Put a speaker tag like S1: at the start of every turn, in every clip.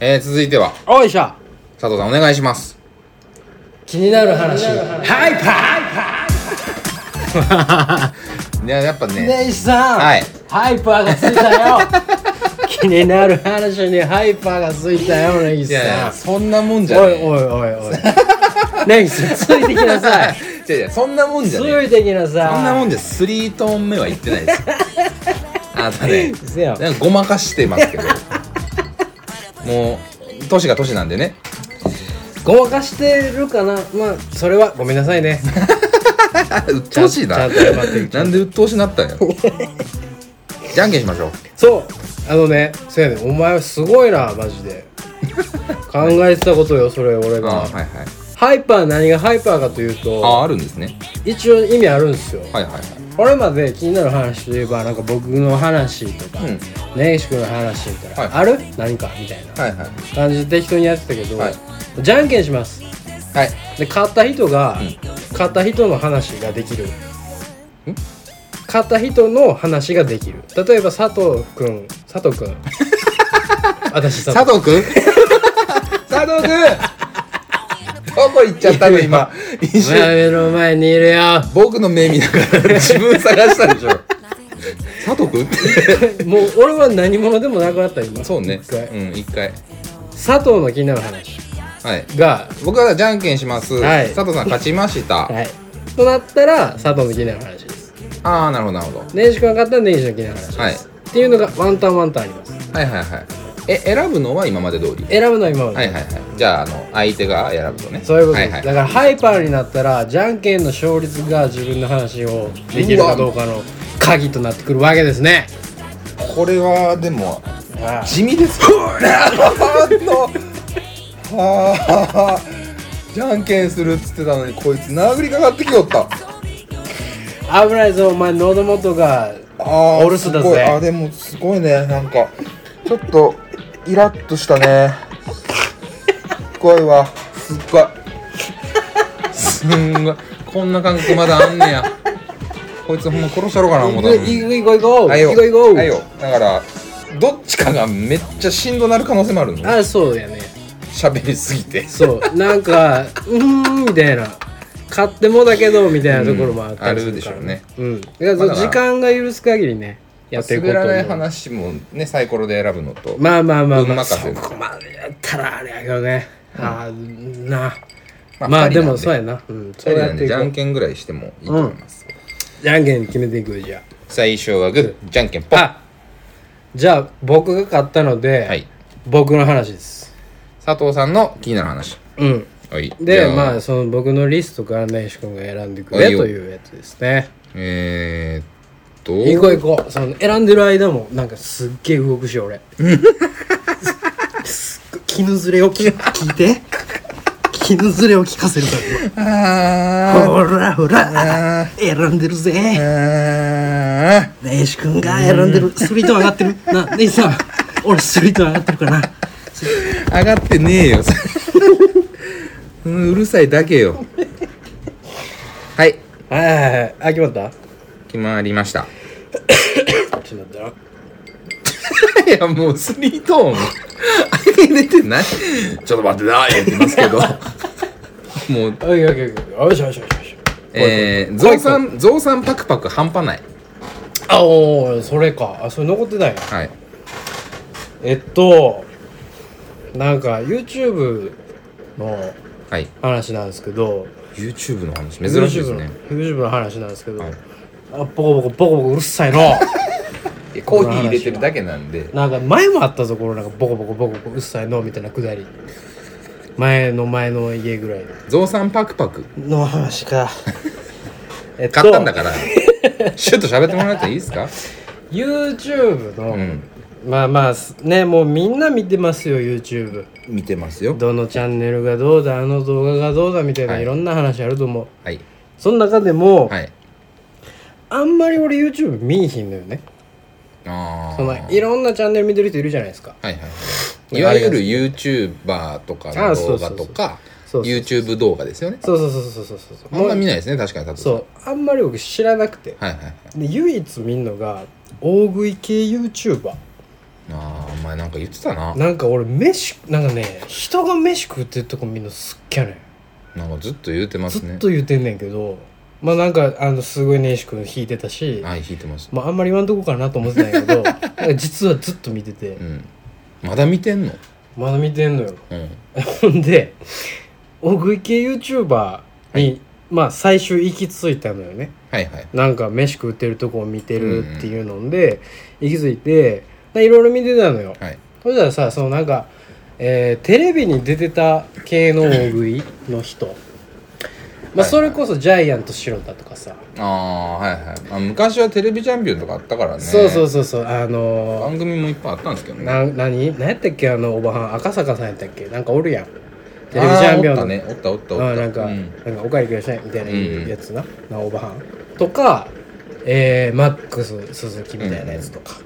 S1: えー、続いては、
S2: おいしょ
S1: 佐藤さんお願いします。
S2: 気になる話ハイ
S1: いや、やっぱ
S2: パー
S1: ね、
S2: ね石さん、
S1: はい
S2: ハイパーがついた よ気になる話にハイパーがついたよね
S1: い
S2: 石
S1: やいや、
S2: さ
S1: そんなもんじ
S2: ん
S1: ゃね
S2: おい
S1: え。
S2: おいおいお いね石ついてきなさい
S1: いやいや、そんなもんじ
S2: つ
S1: ゃねえ。
S2: いてきなさい
S1: そんなもん
S2: で
S1: じゃ、スリートーン目は言ってない ですよ。あなたね、
S2: すよ
S1: なんかごまかしてますけど。もう、年が年なんでね。
S2: ごまかしてるかなまあそれはごめんなさいね
S1: うっとうしいな。
S2: ち
S1: な
S2: ゃ
S1: ん
S2: んと謝って
S1: でうっとうしなったんや ろ。じゃんけんしましょう。
S2: そうあのねせやねんお前はすごいなマジで考えてたことよそれ俺
S1: あ
S2: が、
S1: はいはい。
S2: ハイパー何がハイパーかという
S1: あ
S2: と
S1: あ、あるんですね。
S2: 一応意味あるんですよ、
S1: はいはいはい。
S2: これまで気になる話といえばなんか僕の話とか、
S1: うん
S2: ねえし君の話みたいな、ある何かみたいな
S1: はいはい。
S2: 感じで適当にやってたけど、
S1: はい
S2: じゃんけんします
S1: はい。
S2: で買った人が、
S1: ん
S2: 買った人の話ができる買った人の話ができる例えば佐藤くん佐藤く ん私
S1: 佐藤 くん佐藤くんどこ行っちゃったの今一
S2: お前
S1: 瞬
S2: 目の前にいるよ
S1: 僕の目見ながら自分探したでしょ佐藤 くんって
S2: もう俺は何者でもなくなった今
S1: そうね
S2: 一回
S1: うん一回
S2: 佐藤の気になる話
S1: はい
S2: が
S1: 僕はじゃんけんします、
S2: はい
S1: 佐藤さん勝ちました、
S2: はいとなったら佐藤の気になる話です
S1: ああなるほどなるほど
S2: 年始君が買ったら年始の気になる話です、
S1: はい
S2: っていうのがワンタンワンタンあります
S1: はいはいはいえ選ぶのは今まで通り
S2: 選ぶのは今まで、
S1: はいはいはいじゃああの相手が選ぶのね
S2: そういうこと
S1: は
S2: で
S1: い
S2: す、
S1: はい
S2: だからハイパーになったらじゃんけんの勝率が自分の話をできるかどうかの鍵となってくるわけですね
S1: これはでも
S2: あ
S1: 地味ですあの はあじゃんけんするっつってたのにこいつ殴りかかってきよった
S2: あ危ないぞお前喉元が
S1: あー
S2: お留守
S1: す
S2: だぜ
S1: ごいあでもすごいねなんかちょっとイラッとしたねすごいわすっごいすんごいこんな感覚まだあんねやこいつほんま殺したろうかな思っ
S2: いく
S1: たのに
S2: いくいこういこう
S1: あい
S2: い
S1: よ
S2: こういこう
S1: あいよだからどっちかがめっちゃしんどなる可能性もあるの
S2: あそうやね
S1: 喋りすぎて
S2: そうなんか うーんみたいな買ってもだけどみたいなところもあったりするから、
S1: うんあるでしょうね
S2: うんだから
S1: まあだから
S2: 時間が許す限りねやっていこう
S1: 滑
S2: と
S1: ら
S2: 思
S1: ないう話もねサイコロで選ぶのと、
S2: まあまあまあま
S1: 運任
S2: あ
S1: せ
S2: そ
S1: で
S2: こまでやったらあれやけどね、ああーな
S1: ま
S2: ま
S1: あ
S2: あ、
S1: 二人なん
S2: で
S1: で
S2: もそうやな、うん、
S1: そ
S2: そう
S1: れ
S2: や
S1: な
S2: っ
S1: ん
S2: て
S1: で
S2: い
S1: じゃ
S2: こうん
S1: けんぐらいしてもいいと思います、
S2: じゃんけん決めていくじゃ
S1: 最初はグーじゃんけんポン
S2: ああじゃあ僕が買ったので、
S1: はい
S2: 僕の話です
S1: 佐藤さんの気になる話
S2: うん
S1: はいじ
S2: で
S1: ゃ
S2: まあその僕のリストからね石君が選んでく
S1: あいい
S2: れ
S1: よ
S2: というやつですね
S1: えー、っと
S2: 行こう行こうその選んでる間もなんかすっげえ動く し俺すっごい絹ずれをき聞いて絹ずれを聞かせるか
S1: あ
S2: らほらほら
S1: あ
S2: 選んでるぜ
S1: あ
S2: ねえし君が選んでるスリートン上がってるなねえさん俺スリートン上がってるかな
S1: 上がってねえよ うんうるさいだけよはい
S2: はいはいはいあ決まった
S1: 決まりました
S2: 決まったよ
S1: いやもうスリー トーン上げれてないちょっと待ってな言ってます けどもう
S2: おいおいおいおいよしよしよしよし
S1: えー、増産増産パクパク半端ない
S2: あおーそれかあそれ残ってない
S1: はい
S2: えっとなんか YouTube の
S1: はい
S2: 話なんですけど
S1: YouTube の話珍しいです
S2: YouTube の
S1: ね
S2: YouTube の話なんですけど、
S1: はい
S2: あボコボコボコボコうるさいの
S1: いやコーヒー入れてるだけなんで
S2: なんか前もあったぞこれなんかボコボコボコボコうるさいのみたいなくだり前の前の家ぐらい
S1: 増産パクパク
S2: の話 かえっと
S1: 買ったんだから シュッと喋ってもらっていいですか
S2: YouTube の、
S1: うん
S2: まあまあすねもうみんな見てますよ YouTube
S1: 見てますよ
S2: どのチャンネルがどうだあの動画がどうだみたいな、
S1: はい
S2: い、ろんな話あると思う
S1: はい
S2: その中でも、
S1: はい
S2: あんまり俺 YouTube 見いひんのよね
S1: ああ
S2: そのいろんなチャンネル見てる人いるじゃないですか
S1: はいはいいわゆる YouTuber とかの
S2: あそ
S1: 動
S2: うそ
S1: 画
S2: うそう
S1: とか
S2: そうそうそう
S1: YouTube 動画ですよね
S2: そうそうそうそうそうそう
S1: あんま見
S2: う
S1: ないですね確かに佐藤さん
S2: そうあんまり僕知らなくて
S1: はいはいはい
S2: で唯一見んのが大食い系 YouTuber
S1: あーお前なんか言ってたな
S2: なんか俺飯なんかね人が飯食ってるとこ見るの好っきやね
S1: なんかずっと言うて
S2: ん
S1: ます
S2: ず
S1: ね
S2: っと言うてんねんけどまあなんかあのすごい根岸君弾いてたし、
S1: はい引いてます
S2: まああんまり言わんとこかなと思ってたんや けどなんか実はずっと見てて
S1: うんまだ見てんの
S2: まだ見てんのよ
S1: うん
S2: ほんで大食い系 YouTuber に、まあ最終行き着いたのよね
S1: はいはい
S2: なんか飯食ってるとこを見てるっていうので、行き着いてでいろいろ見てたのよ
S1: はい
S2: そしたらさそのなんか、えーテレビに出てた系の大食いの人
S1: いは
S2: まあ
S1: い
S2: それこそジャイアント白田とかさ、
S1: ああはいはいあ昔はテレビチャンピオンとかあったからね
S2: そうそうそうそうあの
S1: 番組もいっぱいあったんですけど
S2: ー、
S1: ね
S2: な何何やったっけあのおばはん赤坂さんやったっけなんかおるやんテレビチ
S1: あー
S2: ャンピオン
S1: お
S2: の
S1: ったねおったおったおった
S2: あなんか、
S1: うん
S2: なんかおかえりくださいみたいな
S1: うんうん
S2: やつな、なおばはんとか、えーマックス鈴木みたいなやつとか、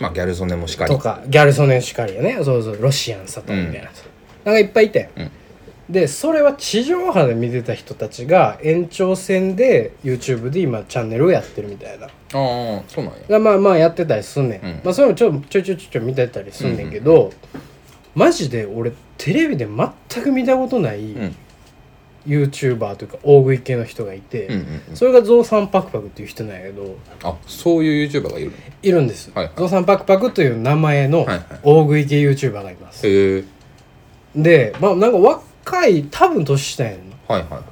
S1: まあギャル曽根もしかり
S2: とかギャル曽根しかりやねそうそうロシアン佐藤みたいなやつ、なんかいっぱいいて、
S1: うん
S2: でそれは地上波で見てた人たちが延長戦で YouTube で今チャンネルをやってるみたいな
S1: ああそうなんや
S2: がまあまあやってたりすんねん、
S1: うん
S2: まあそれもちょちょいちょいちょいちょい見てたりすんねんけど、マジで俺テレビで全く見たことない、
S1: うん
S2: YouTuber というか大食い系の人がいて、
S1: うんうんうん
S2: それがゾウさんパクパクっていう人なんやけど
S1: あそういう YouTuber がいるの
S2: いるんです、
S1: はいはい
S2: ゾウさんパクパクという名前
S1: は
S2: の
S1: いはい
S2: 大食い系 YouTuber がいます、
S1: へえ
S2: でまあなんか若い多分年下やんな
S1: はいはいは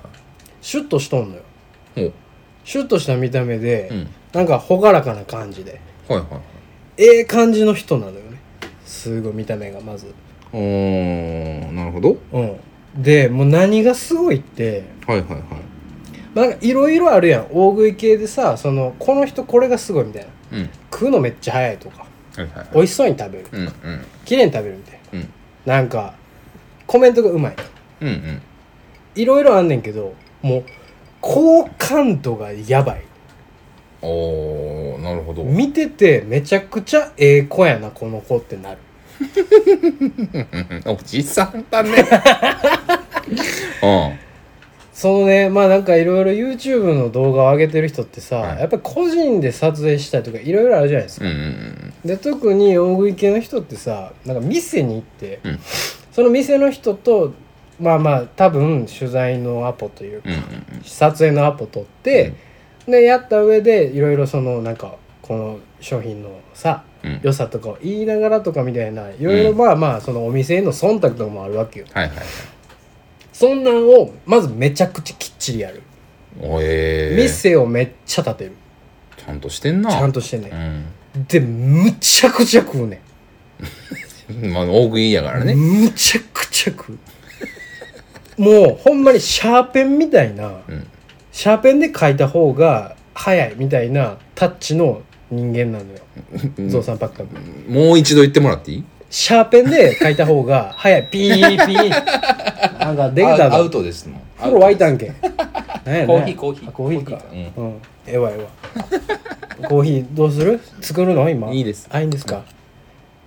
S2: シュッとしとんのよ
S1: いほう
S2: シュッとした見た目で、
S1: うん
S2: なんか朗らかな感じで
S1: はいはいはい
S2: ええ感じの人なのよねすごい見た目がまず
S1: おーなるほど
S2: うんでもう何がすごいって
S1: はいはいはい
S2: まあなんかいろいろあるやん大食い系でさそのこの人これがすごいみたいな
S1: うん
S2: 食うのめっちゃ早いとか
S1: はいはい
S2: 美味しそうに食べる
S1: うんうん
S2: 綺麗に食べるみたい
S1: うん
S2: ななんかコメントがうまい
S1: うんうん
S2: いろいろあんねんけどもう好感度がやばい
S1: おーなるほど
S2: 見ててめちゃくちゃええ子やなこの子ってなる
S1: おじさん だねう
S2: そのねまあなんかいろいろ YouTube の動画を上げてる人ってさ、
S1: はい
S2: やっぱり個人で撮影したりとかいろいろあるじゃないですか、
S1: んうんうん
S2: で特に大食い系の人ってさなんか店に行って、
S1: うん
S2: その店の人とまあまあ多分取材のアポというか
S1: うんうん
S2: 撮影のアポ取って、でやった上でいろいろそのなんかこの商品のさ
S1: うんうん
S2: 良さとかを言いながらとかみたいないろいろまあまあそのお店への忖度とかもあるわけよ
S1: はいはいはい
S2: そんなんをまずめちゃくちゃきっちりやる、
S1: おえー、
S2: 店をめっちゃ立てる
S1: ちゃんとしてんな
S2: ちゃんとしてんね
S1: うん
S2: でむちゃくちゃ食うね
S1: んまあ大食いやから
S2: ん
S1: ね
S2: むちゃくちゃ食うもうほんまにシャーペンみたいな
S1: うん
S2: シャーペンで書いた方が早いみたいなタッチの人間なのよゾウさんパックン
S1: もう一度言ってもらっていい
S2: シャーペンで書いた方が早いピーピー なんか出てた
S1: あアウ
S2: ぞ
S1: トですもん
S2: 風呂沸いた んけなんやね
S1: コーヒーコーヒー
S2: あコーヒーか
S1: コーヒーか
S2: うんええわええわコーヒーどうする作るの今
S1: いいです
S2: あいいんですか、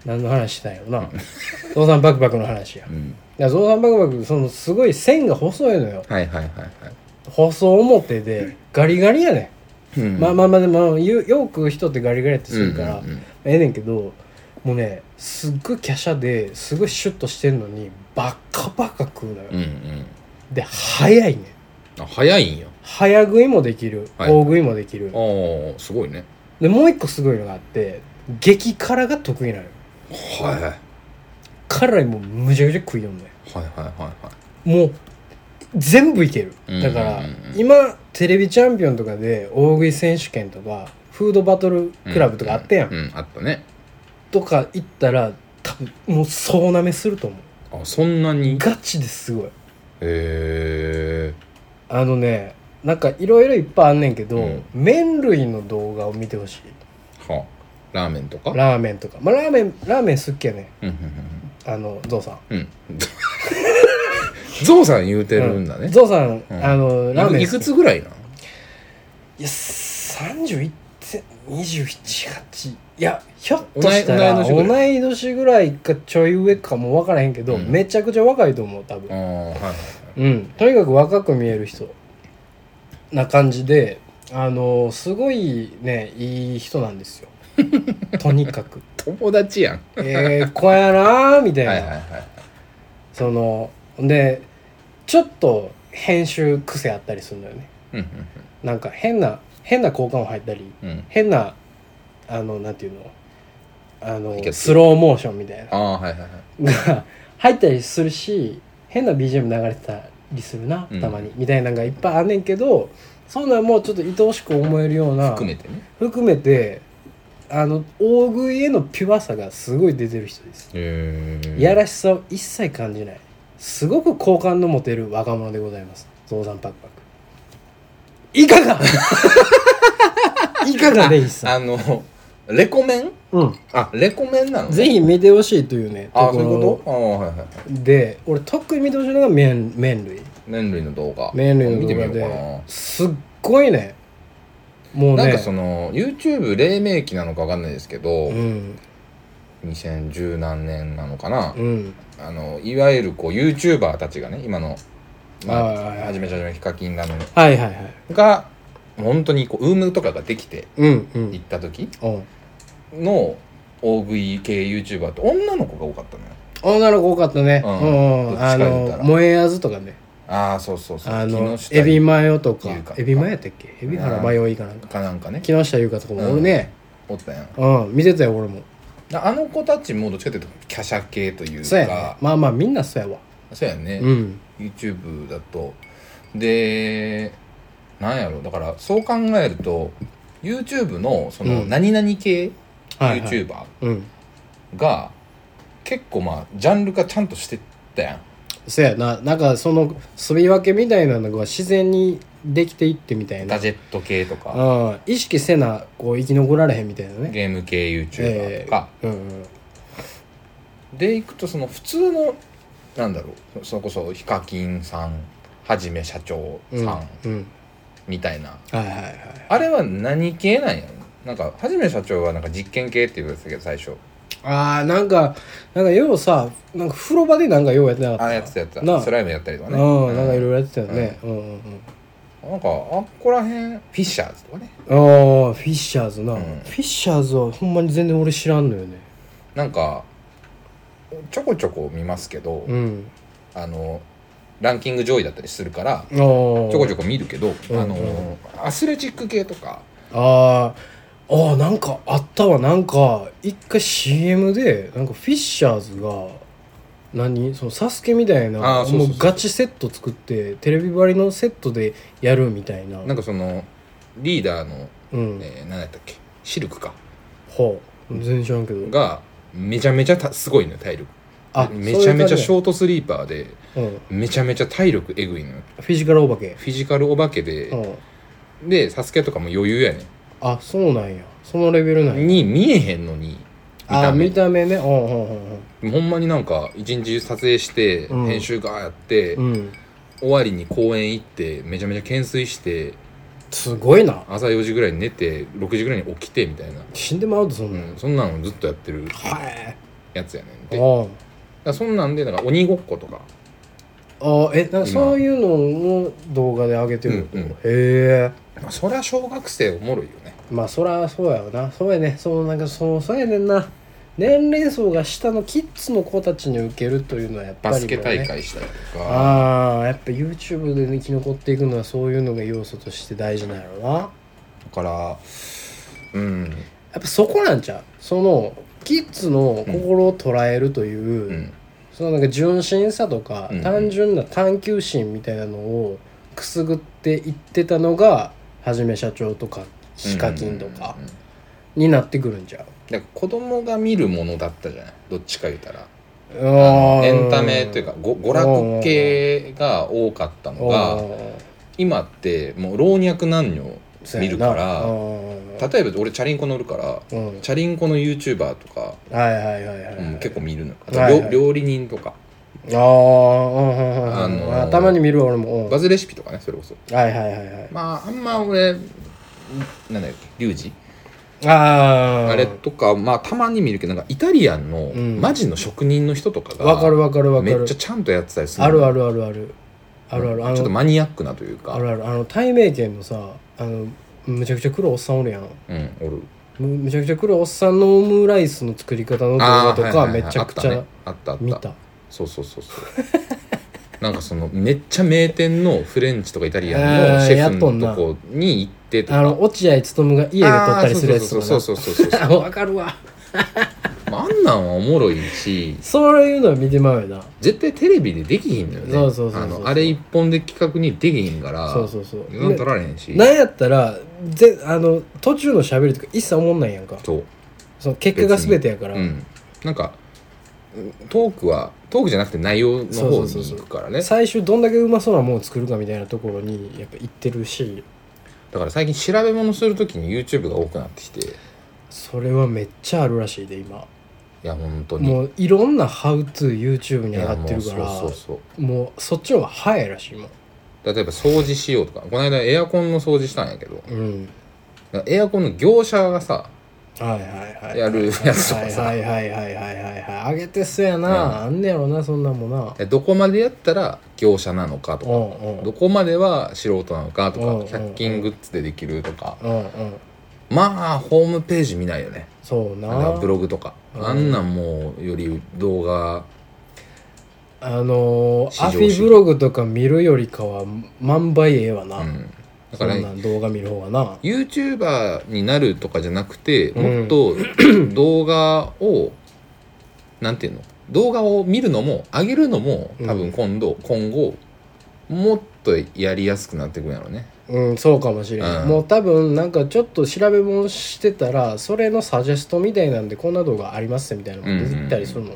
S2: 何の話したんやろな ゾウさんバクバクの話やい
S1: うん
S2: やゾウさんバクバクそのすごい線が細いのよ
S1: はいはいはいはい
S2: 細表でガリガリやねん、まあま
S1: あ
S2: あまあでもよよく人ってガリガリやってするから、
S1: うんうんうん
S2: ええねんけどもうねすっごい華奢ですごいシュッとしてんのにバッカバカ食うのよ、
S1: うんうん
S2: で早いねん
S1: あ早いんや
S2: 早食いもできる、
S1: はい
S2: 大食いもできる
S1: ああすごいね
S2: でもう一個すごいのがあって激辛が得意なのよ
S1: はいはい
S2: 辛いもうむちゃくちゃ食いよんのよ
S1: はいはいはい
S2: もう全部いける
S1: うん
S2: だから、
S1: うんうんうん
S2: 今テレビチャンピオンとかで大食い選手権とかフードバトルクラブとかあったやん、
S1: うん、うんあったね
S2: とか行ったら多分もう総なめすると思う
S1: あそんなにへ
S2: ガチですごい
S1: え
S2: あのねなんかいろいろいっぱいあんねんけど、
S1: うん
S2: 麺類の動画を見てほしい
S1: はあラーメンとか
S2: ラーメンとかまあラーメンラーメン好きやね
S1: うんうん
S2: あのゾウさん
S1: うんうんうんゾウさん言うてるんだね、
S2: うんゾウさん、
S1: うん
S2: あのラーメン
S1: い
S2: 好
S1: くいく
S2: き
S1: つぐらいなの
S2: いや31点278いやひょっと
S1: 同い
S2: したら
S1: 同い年ぐ
S2: 同い
S1: ら
S2: 年ぐらいかちょい上かも分からへんけど、
S1: うん
S2: めちゃくちゃ若いと思う多
S1: ああ
S2: 分
S1: はいはいはい
S2: うんとにかく若く見える人な感 じであのすごいねいい人なんですよとにかく
S1: 友達やん
S2: ええ子やなーみたいな、
S1: はいはいはい
S2: そのでちょっと編集癖あったりするんだよね
S1: うん
S2: なんか変な変な効果音入ったり
S1: うんうん
S2: 変なあのなんていうのあ
S1: いけ
S2: の
S1: る
S2: スローモーションみたい
S1: ああはいはいはい
S2: なが入ったりするし変な BGM 流れてたりするな
S1: うん
S2: たまに、みたいなのがいっぱいあんねんけどそんなんもうちょっと愛おしく思えるような
S1: 含めてね
S2: 含めてあの大食いへのピュアさがすごい出てる人です
S1: へえ
S2: やらしさを一切感じないすごく好感の持てる若者でございますゾウさんパクパクいか がいかがレイさん
S1: あのレコメン
S2: う
S1: あレコメンなの
S2: ん、ぜひ見てほしいというね
S1: あ
S2: と
S1: そう
S2: こ
S1: い
S2: ろ
S1: うことああはいはいはい
S2: で俺特に見てほしいのが麺麺類
S1: 麺類の動画
S2: 麺類の
S1: 見てみよ
S2: 動画
S1: う
S2: で
S1: か
S2: すっごいねもう
S1: な
S2: ね
S1: なんかその YouTube 黎明期なのかわかんないですけど
S2: うん
S1: 2010何年なのかな
S2: うん
S1: あのいわゆるこう YouTuber たちがね今のま
S2: はいはいはい
S1: あはじめちゃじめヒカキンだの
S2: はいはいはい
S1: が本当にこうウームとかができて
S2: うんう
S1: 行
S2: ん
S1: った時
S2: うん
S1: の大食い系 YouTuber って女の子が多かったのよ
S2: 女の子多かったね、う
S1: うんん
S2: う
S1: ど
S2: んう
S1: っ
S2: ん、
S1: ちか
S2: あ
S1: 言うた
S2: の
S1: ら
S2: 燃えあずとかね
S1: ああそうそうそう
S2: あの
S1: 木下
S2: エビマヨとか
S1: 優香とか
S2: エビマヨやったっけエビ原迷いかなんか
S1: かなんかね
S2: 木下優香とかも俺ね
S1: おったやん
S2: うん、見てたよ俺も
S1: だあの子たちもどっちかっていうと華奢系というか
S2: そうやねまあまあみんなそうやわ
S1: そうやね
S2: う、ん
S1: YouTube だとでなんやろだからそう考えると YouTube のそうの
S2: ん
S1: 何々系
S2: はいはい
S1: YouTuber
S2: うん
S1: が結構まあジャンル化ちゃんとしてったやん
S2: そうやななんかそのすみ分けみたいなのが自然にできていってみたいな
S1: ガジェット系とか
S2: うん意識せなこう生き残られへんみたいなね
S1: ゲーム系 YouTuber とか、
S2: えーうんうん
S1: でいくとその普通のなんだろうそそれこそヒカキンさんはじめ社長
S2: うん
S1: さん
S2: うん
S1: みたいな、
S2: はいはいはい
S1: あれは何系なんやろなんかはじめ社長はなんか実験系って言われてたけど最初
S2: ああなんかなんかようさなんか風呂場でなんかようやってなかった
S1: あやってたやって
S2: なあ
S1: たスライムやったりとか
S2: う
S1: ね
S2: んなんかいろい
S1: い
S2: ろやってたよねうんうんうん
S1: ろなんかあっこらへんフィッシャーズとかね
S2: ああフィッシャーズな、
S1: うん
S2: フィッシャーズはほんまに全然俺知らんのよね
S1: なんかちょこちょこ見ますけど、
S2: うん
S1: あのランキング上位だったりするから
S2: ああちょ
S1: ちょこちょこ見るけど、
S2: うん
S1: あ
S2: うん
S1: のアスレチック系とか
S2: あーあーなんかあったわなんか一回 CM でなんかフィッシャーズが何そのサスケみたいな
S1: あーそうそうそう
S2: もうガチセット作ってテレビ張りのセットでやるみたいな
S1: なんかそのリーダーの
S2: うん、
S1: えー、何やったっけシルクか
S2: ほう全然知らんけど
S1: がめちゃめちゃたすごいのよ体力
S2: あ
S1: めちゃめちゃシ
S2: ョ
S1: ョートスリーパーで
S2: うん、
S1: めちゃめちゃ体力えぐいのよ
S2: フィジカルお化け、
S1: フィジカルお化け
S2: う
S1: で
S2: ん、
S1: でサスケとかも余裕やね
S2: あそうなんやそのレベルなんや
S1: んに見えへんのに
S2: あー見
S1: 見た
S2: た目ねうんうんうん
S1: 目ほんまになんか一日中撮影して
S2: うん
S1: 編集がやって
S2: うんうん
S1: 終わりに公園行ってめちゃめちゃ懸垂して
S2: すごいな
S1: 朝4時ぐらいに寝て6時ぐらいに起きてみたいな、
S2: 死んでまうとそん
S1: う
S2: なん
S1: ん、そんなのずっとやってる
S2: はい
S1: やつやねん
S2: あ
S1: でだか
S2: ー
S1: らそんなんでなんか鬼ごっことか
S2: あーえなんかそういうのを動画で上げてるってこ
S1: う
S2: と、
S1: んうん
S2: へえ
S1: まあそりゃ小学生おもろいよね
S2: まあそらそうやわなそうやねそのなんかそのそうやねんな年齢層が下のキッズの子たちに受けるというのはやっぱ
S1: バ
S2: りもう
S1: ス
S2: ね、
S1: ケ大会したりとか、
S2: ああやっぱ YouTube で、ね、生き残っていくのはそういうのが要素として大事なんやろうなや
S1: だからうん
S2: っぱそこなんちゃうそのキッズの心を捉えるという、
S1: うん
S2: そのなんか純真さとか、
S1: うんうん
S2: 単純な探求心みたいなのをくすぐっていってたのがはじめ社長とかヒカキンとか
S1: うんうんうんうん
S2: になってくるんじゃう
S1: だから子供が見るものだったじゃないどっちか言ったら
S2: うーん
S1: エンタメというかご娯楽系が多かったの
S2: う
S1: が
S2: ん
S1: 今ってもう老若男女
S2: そう
S1: 見
S2: や
S1: る
S2: な
S1: か
S2: う
S1: ら
S2: ん
S1: 例えば俺チャリンコ乗るから
S2: うん
S1: チャリンコの YouTuber とか、
S2: はいはいはいはい、
S1: うん結構見るのあと
S2: はいはい
S1: 料料理人とか
S2: ああ、うんうんうんうん
S1: あのー
S2: 頭に見るわ俺も、うん
S1: バ
S2: はい
S1: ズレシピとかねそれこそ
S2: はいはいはい
S1: まああんま俺なんだっけリュウジ
S2: ああ
S1: あれとか、まあ、たまに見るけどなんかイタリアンの
S2: ん
S1: マジの職人の人とかが
S2: わかるわかるわか
S1: めっ
S2: る
S1: ちゃちゃんとやってたりする
S2: あるあ
S1: る
S2: るあるあるあるあるあの
S1: ちょっとマニアックなというか
S2: あるあるあの対名圏のさあのむちゃくちゃ黒いおっさんおるやん
S1: うんおる
S2: むめちゃくちゃ黒いおっさんのオムライスの作り方の動画と
S1: あーは
S2: か
S1: いはい
S2: め
S1: はい
S2: ちゃくちゃ
S1: あったねあった
S2: 見
S1: あった
S2: た
S1: そうそうそうそう なんかそのめっちゃ名店のフレンチとかイタリアン
S2: あ
S1: の
S2: ー
S1: シェフ
S2: やっとん
S1: の
S2: な
S1: とこに行ってとか
S2: あの落合勤が家で撮ったりするやつ
S1: あー
S2: と
S1: そ
S2: か
S1: うそうそうそうそう そう
S2: なわかるわ
S1: まああんなんはおもろいし
S2: そういうのは見てまうよな
S1: 絶対テレビでできひんのよね
S2: そうそうそうそう
S1: あのあれ一本で企画にできひんから
S2: そうそうそう
S1: なん取られへんし
S2: なんやったらぜあの途中の喋りとか一切思んないやんか
S1: そう
S2: その結果が全てやから、
S1: うんなんかトークはトークじゃなくて内容の
S2: そ
S1: 方
S2: うそう
S1: に
S2: そ
S1: 行
S2: うそう
S1: くからね
S2: 最終どんだけうまそうなものを作るかみたいなところにやっぱ行ってるし
S1: だから最近調べ物するときに YouTube が多くなってきてい
S2: それはめっちゃあるらしいで今
S1: や本当に
S2: もういろんな「HowToYouTube」に
S1: い
S2: 上
S1: や
S2: がってるから
S1: もうそうそうそう
S2: もうそっちの方が早いらしいもん
S1: 例えば掃除しようとかこの間エアコンの掃除したんやけど
S2: うん
S1: エアコンの業者がさ
S2: はいはいはい
S1: やるやつと
S2: は
S1: か
S2: い
S1: さ
S2: はいはいはいはいはいはい上げてそうやな、あんねやろなそんなもんな
S1: でどこまでやったら業者なのか
S2: う
S1: と
S2: んうん
S1: か
S2: うん
S1: どこまでは素人なのかとか
S2: うんうん
S1: 100均グッズでできるとか
S2: うん
S1: まあホームページ見ないよね
S2: そうな
S1: なんかブログとか
S2: うん
S1: あんなんもうより動画
S2: あの
S1: 至
S2: ー、
S1: 上
S2: ア
S1: 主
S2: フ
S1: 義
S2: ィブログとか見るよりかは万倍ええわな、
S1: うんだ
S2: そ
S1: から
S2: んなん動画見る方がな
S1: YouTuber になるとかじゃなくて
S2: うん
S1: もっ と動画をなんていうの動画を見るのも上げるのも多
S2: うん
S1: 分今度、今後もっとやりやすくなっていくんやろうね
S2: うんそうかもしれん、
S1: うん
S2: もう多分なんかちょっと調べ物してたらそれのサジェストみたいなんでこんな動画ありますみたいなのも出てきたりするもんな、
S1: っ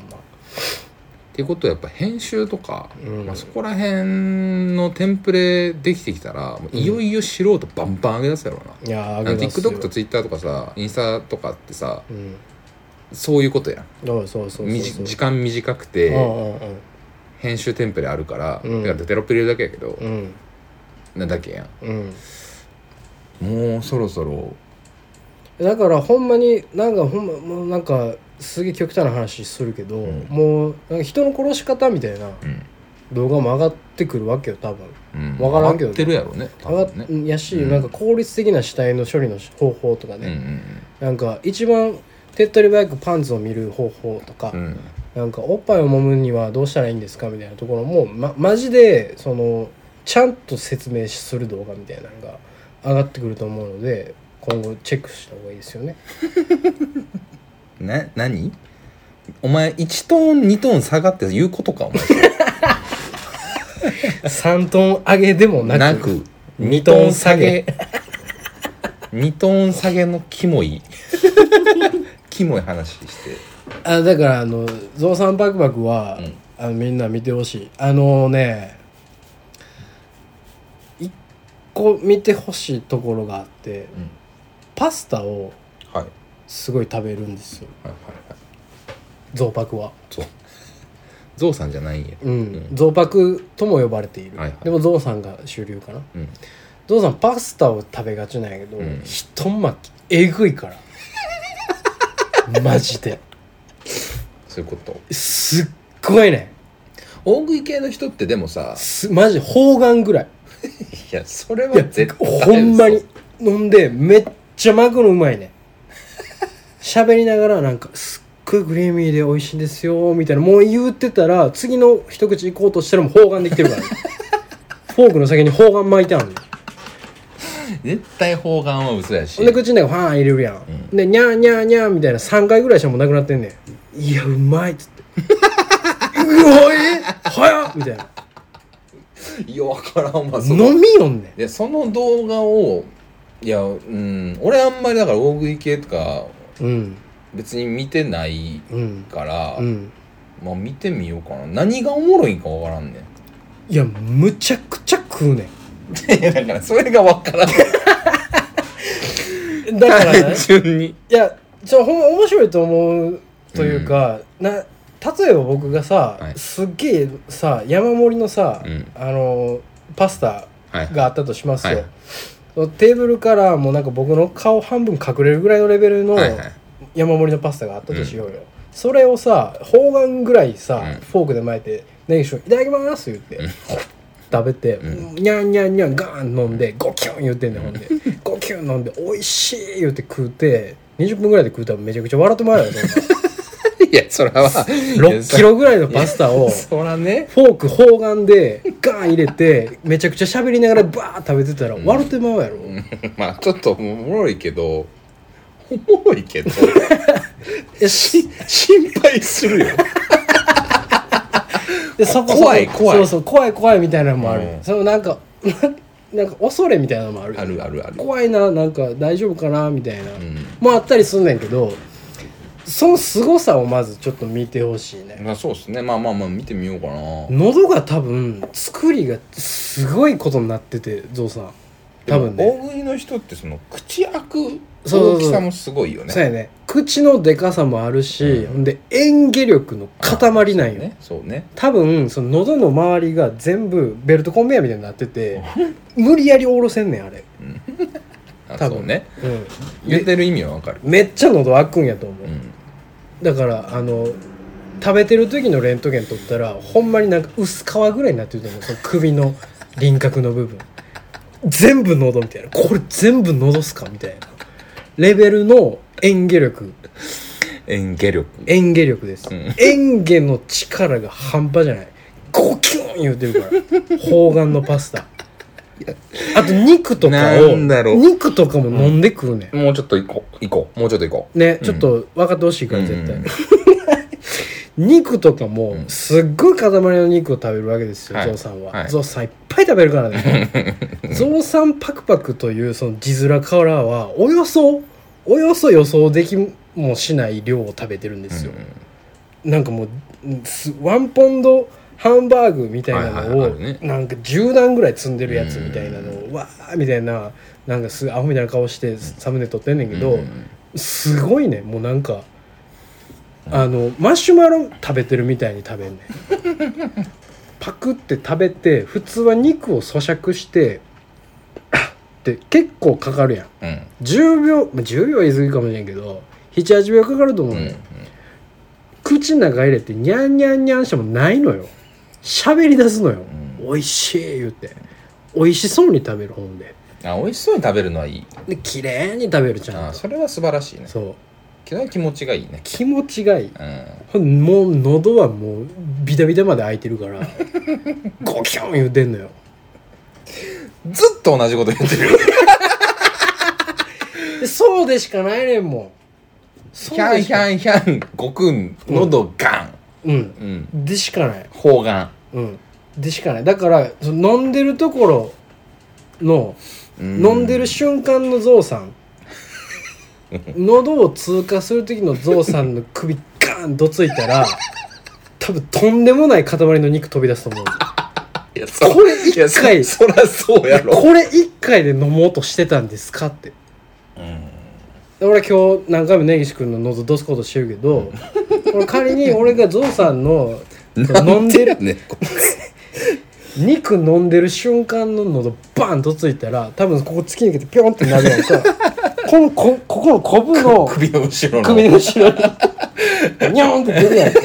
S1: ていうことはやっぱ編集とか、
S2: うん
S1: まあ、そこら辺のテンプレできてきたら、もういよいよ素人バンバン上げ出すやろうな、
S2: いやー
S1: あの
S2: 上げますよ
S1: TikTok と Twitter とかさインスタとかってさ
S2: うん
S1: そういうことやん
S2: そうそうそうそう
S1: みじ時間短くて、
S2: うんうん
S1: 編集テンプレあるから、
S2: うん
S1: だからテロップ入れるだけやけど、
S2: うん
S1: なんだっけやん
S2: うん
S1: もうそろそろ
S2: うんだからほんまになんかほんまもうなんかすげえ極端な話するけど、
S1: ん
S2: もうなんか人の殺し方みたいな
S1: うん、
S2: 動画も上がってくるわけよ多分
S1: うん、
S2: わからんけ
S1: 上
S2: ど
S1: がってるやろね多分ね
S2: 上がっやし、
S1: うん
S2: なんか効率的な死体の処理の方法とか
S1: うんう
S2: ね、
S1: ん
S2: なんか一番手っ取り早くパンツを見る方法とか、
S1: うん
S2: なんかおっぱいを揉むにはどうしたらいいんですかみたいなところも、ま、マジでそのちゃんと説明する動画みたいなのが上がってくると思うので今後チェックした方がいいですよ ね
S1: うんな何お前1トーン2トーン下がって言うことかお前
S2: 3トン上げでもなく
S1: なく
S2: 二
S1: 2
S2: ト
S1: ト
S2: ー
S1: ー
S2: ン
S1: ン
S2: 下
S1: 下
S2: げ
S1: げ2トーン下げのキモい キモい話して
S2: あだからあの「ゾウさんパクパクは」
S1: うん
S2: あのみんな見てほしいあのね一個見てほしいところがあって
S1: うん
S2: パスタを
S1: はい
S2: すごい食べるんですよ
S1: はいはいはい
S2: ゾウパクは
S1: ゾウゾウさんじゃないんやう
S2: う
S1: ん
S2: んゾウパクとも呼ばれている、
S1: はいはい
S2: でもゾウさんが主流かな
S1: うん
S2: ゾウさんパスタを食べがちなんやけど、
S1: うん
S2: ひと巻きえぐいから マジで
S1: そういうこと
S2: すっごいね
S1: 大食い系の人ってでもさ
S2: すマジ方眼ぐらい
S1: いやそれはい
S2: や
S1: 絶対嘘
S2: ほんまに飲んでめっちゃ巻くのうまいね喋りながらなんかすっごいクリーミーで美味しいんですよみたいなもう言ってたら次の一口行こうとしたらもう方眼できてる から、ね、フォークの先に方眼巻いてあるの
S1: 絶対方眼は嘘やし
S2: ほんで口の中ファーン入れるやん、でニャーニャーニャーみたいな3回ぐらいしかもうなくなってんねんいやうまいっつって「うわえ早っ!」みたいない
S1: やわからんわその
S2: 飲みよんねん
S1: いやその動画をいやうん俺あんまりだから大食い系とか
S2: うん
S1: 別に見てない
S2: うん
S1: から、
S2: うん
S1: まあ見てみようかな何がおもろいんかわからんね ん
S2: いやむちゃくちゃ食うねん
S1: いやだからそれがわからん
S2: だから、ね、
S1: 純に
S2: いやちょほんま面白いと思うというか、な例えば僕がさ、
S1: はい
S2: すっげえさ山盛りのさ、
S1: うん
S2: あのパスタ
S1: はい
S2: があったとしますよ、
S1: はい
S2: そのテーブルからもうなんか僕の顔半分隠れるぐらいのレベルの
S1: はいはい
S2: 山盛りのパスタがあったとしようよ、それをさ方眼ぐらいさ、
S1: うん
S2: フォークで巻いて「ネギションいただきます」言って、
S1: うん
S2: 食べて、
S1: う
S2: にゃんにゃんにゃんガーン飲んでゴキュン言ってんねんほんでゴキュン飲んで「美味しい!」言って食うて20分ぐらいで食うたらめちゃくちゃ笑ってまうよ
S1: いやそれは
S2: 6キロぐらいのパスタを
S1: そらね
S2: フォーク砲丸でガン入れてめちゃくちゃ喋りながらバーッ食べてたら笑ってまうやろ、
S1: まあちょっとおもろいけどおもろい けど
S2: えし
S1: 心配するよ
S2: でそこそこ
S1: 怖い怖い
S2: そうそう怖い怖いみたいなのもある、
S1: うん
S2: そのなんか なんか恐れみたいなのもある
S1: あるあるある
S2: 怖いななんか大丈夫かなみたいな、
S1: うん
S2: もあったりすんねんけどその凄さをまずちょっと見てほしいね
S1: まあそうっすねまあまあまあ見てみようかな
S2: 喉が多分作りがすごいことになっててゾウさん多分
S1: で
S2: ね
S1: も大食いの人ってその口開く
S2: そうそうそう
S1: 大きさもすごいよね
S2: そうやね口のでかさもあるし、
S1: うん
S2: ほんで演技力の塊なんよ、
S1: ねそうね
S2: 多分その喉の周りが全部ベルトコンベヤーみたいになってて無理やり下ろせんねんあれ、
S1: あ
S2: 多
S1: そ
S2: 分
S1: うね
S2: うん、
S1: 言ってる意味はわかる
S2: めっちゃ喉開くんやと思う、
S1: うん
S2: だからあの食べてる時のレントゲン取ったらほんまになんか薄皮ぐらいになってると思うその首の輪郭の部分全部喉みたいなこれ全部喉っすかみたいなレベルの演技力
S1: 演技力
S2: 演技力です、
S1: うん
S2: 演技の力が半端じゃないゴキュン言うてるから砲丸のパスタあと肉とかを
S1: なんだろう
S2: 肉とかも飲んでくるね、ん
S1: もうちょっと行こう行こうもうちょっと行こう
S2: ね、
S1: うん
S2: ちょっと分かってほしいから絶対、
S1: うんうん
S2: 肉とかも
S1: うん
S2: すっごい塊の肉を食べるわけですよ、
S1: はい
S2: ゾウさんは、
S1: はい
S2: ゾウさんいっぱい食べるからね ゾウさんパクパクというその字面からはおよそおよそ予想できもしない量を食べてるんですよ、なんかもうんすワンポンドハンバーグみたいなの
S1: はいはいはいあ
S2: を
S1: るね
S2: なんか10段ぐらい積んでるやつみたいなのをわーみたいななんかすアホみたいな顔してサムネ撮ってんねんけど、
S1: うん
S2: すごいねもうなんかあのマシュマロ食べてるみたいに食べんねん パクって食べて普通は肉を咀嚼して あっって結構かかるやん
S1: うんうん
S2: 10秒、まあ、10秒は言い過ぎかもしれんけど78秒かかると思う
S1: う
S2: ねん、
S1: ん
S2: 口の中入れてニャンニャンニャンしてもないのよ喋り出すのよ、
S1: うん
S2: 美味しい言うて美味しそうに食べるほんで
S1: あ美味しそうに食べるのはいい
S2: で綺麗に食べるちゃ
S1: あ
S2: んと
S1: それは素晴らしいね
S2: そう
S1: けど気持ちがいいね
S2: 気持ちがいい
S1: うん
S2: ほんもう喉はもうビタビタまで開いてる からゴキョン言うてんのよ
S1: ずっと同じこと言ってる
S2: でそうでしかないねんもん そ
S1: ヒャ
S2: う
S1: ン
S2: で
S1: ヒ
S2: しか
S1: ャンヒャン、ごくん、喉ガン。
S2: うん
S1: うん。
S2: でしかない
S1: 砲丸。
S2: うんでしかないだからその飲んでるところの飲んでる瞬間のゾウ さん喉を通過する時のゾウさんの首ガーンどついたら多分とんでもない塊の肉飛び出すと 思う
S1: いや、そ
S2: これ一回
S1: いやそそらそうやろ。
S2: これ1回で飲もうとしてたんですかって
S1: うん。
S2: 俺今日何回も根岸君の喉どすことしてるけど俺仮に俺がゾウさんの飲んでる
S1: ね。
S2: 肉飲んでる瞬間の喉バンとついたら多分ここ突き抜けてピョンってなるやんかこのこここのコブの
S1: 首の後ろの。
S2: 首の後ろにニョンって出るやんか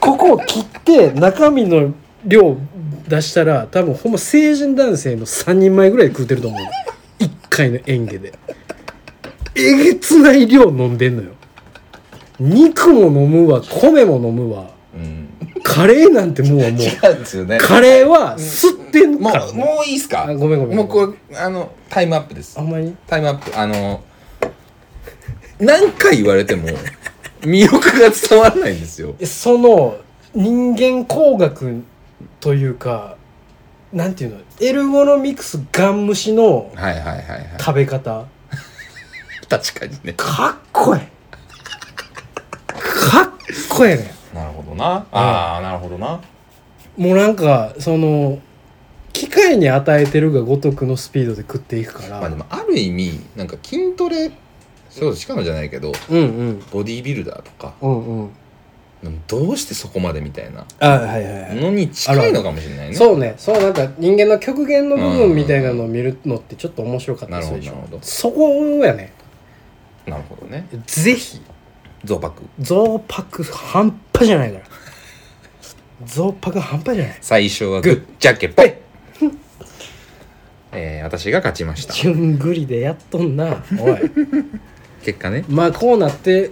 S2: ここを切って中身の量出したら多分ほんま成人男性の3人前ぐらいで食うてると思う1回の演芸でえげつない量飲んでんのよ肉も飲むわ米も飲むわ
S1: うん。
S2: カレーなんてもうは もう
S1: 違うんですよね。
S2: カレーは吸ってん
S1: も
S2: から
S1: う、もういいっすか
S2: あごめんごめん
S1: もうこれ、あの、タイムアップです
S2: あ。んまり
S1: タイムアップ。あの、何回言われても、魅力が伝わらないんですよ。
S2: その人間工学というかなんていうのエルゴノミクスガン虫の
S1: はいはいはいはい。
S2: 食べ方
S1: 確かにね。
S2: かっこいいかっこええね
S1: なるほどな。ああ、なるほどな。
S2: んもうなんかその機械に与えてるが如くのスピードで食っていくから、
S1: まあでもある意味なんか筋トレそうしかもじゃないけど
S2: うんうん
S1: ボディービルダーとか
S2: うんうん
S1: どうしてそこまでみたいな
S2: あはいはいはい、
S1: のに近いのかもしれないね
S2: そうねそうなんか人間の極限の部分みたいなのを見るのってちょっと面白かったりするでし
S1: なるほどなるほ
S2: ょ
S1: ど
S2: そこやね
S1: なるほどね
S2: ぜひ
S1: 増泊
S2: 増泊半端じゃないから増泊半端じゃない
S1: 最初はグッジャケポイ えー、私が勝ちました
S2: 順繰りでやっとんなおい
S1: 結果ね
S2: まあこうなって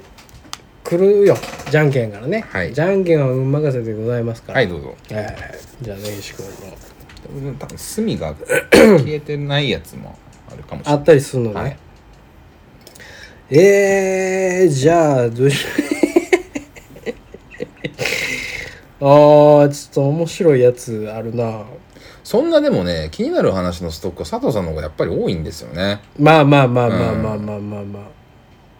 S2: くるよじゃんけんからね、
S1: はい
S2: じゃんけんは運任せでございますから
S1: はいどうぞ
S2: はいはいはいじゃあ根岸君の
S1: 多分隅が 消えてないやつもあるかもしれ
S2: あ
S1: ない
S2: ったりするのね、
S1: はい
S2: えー、じゃあどう しようあーちょっと面白いやつあるな
S1: そんなでもね気になる話のストックは佐藤さんの方がやっぱり多いんですよね
S2: まあまあまあまあまあまあまあまあ、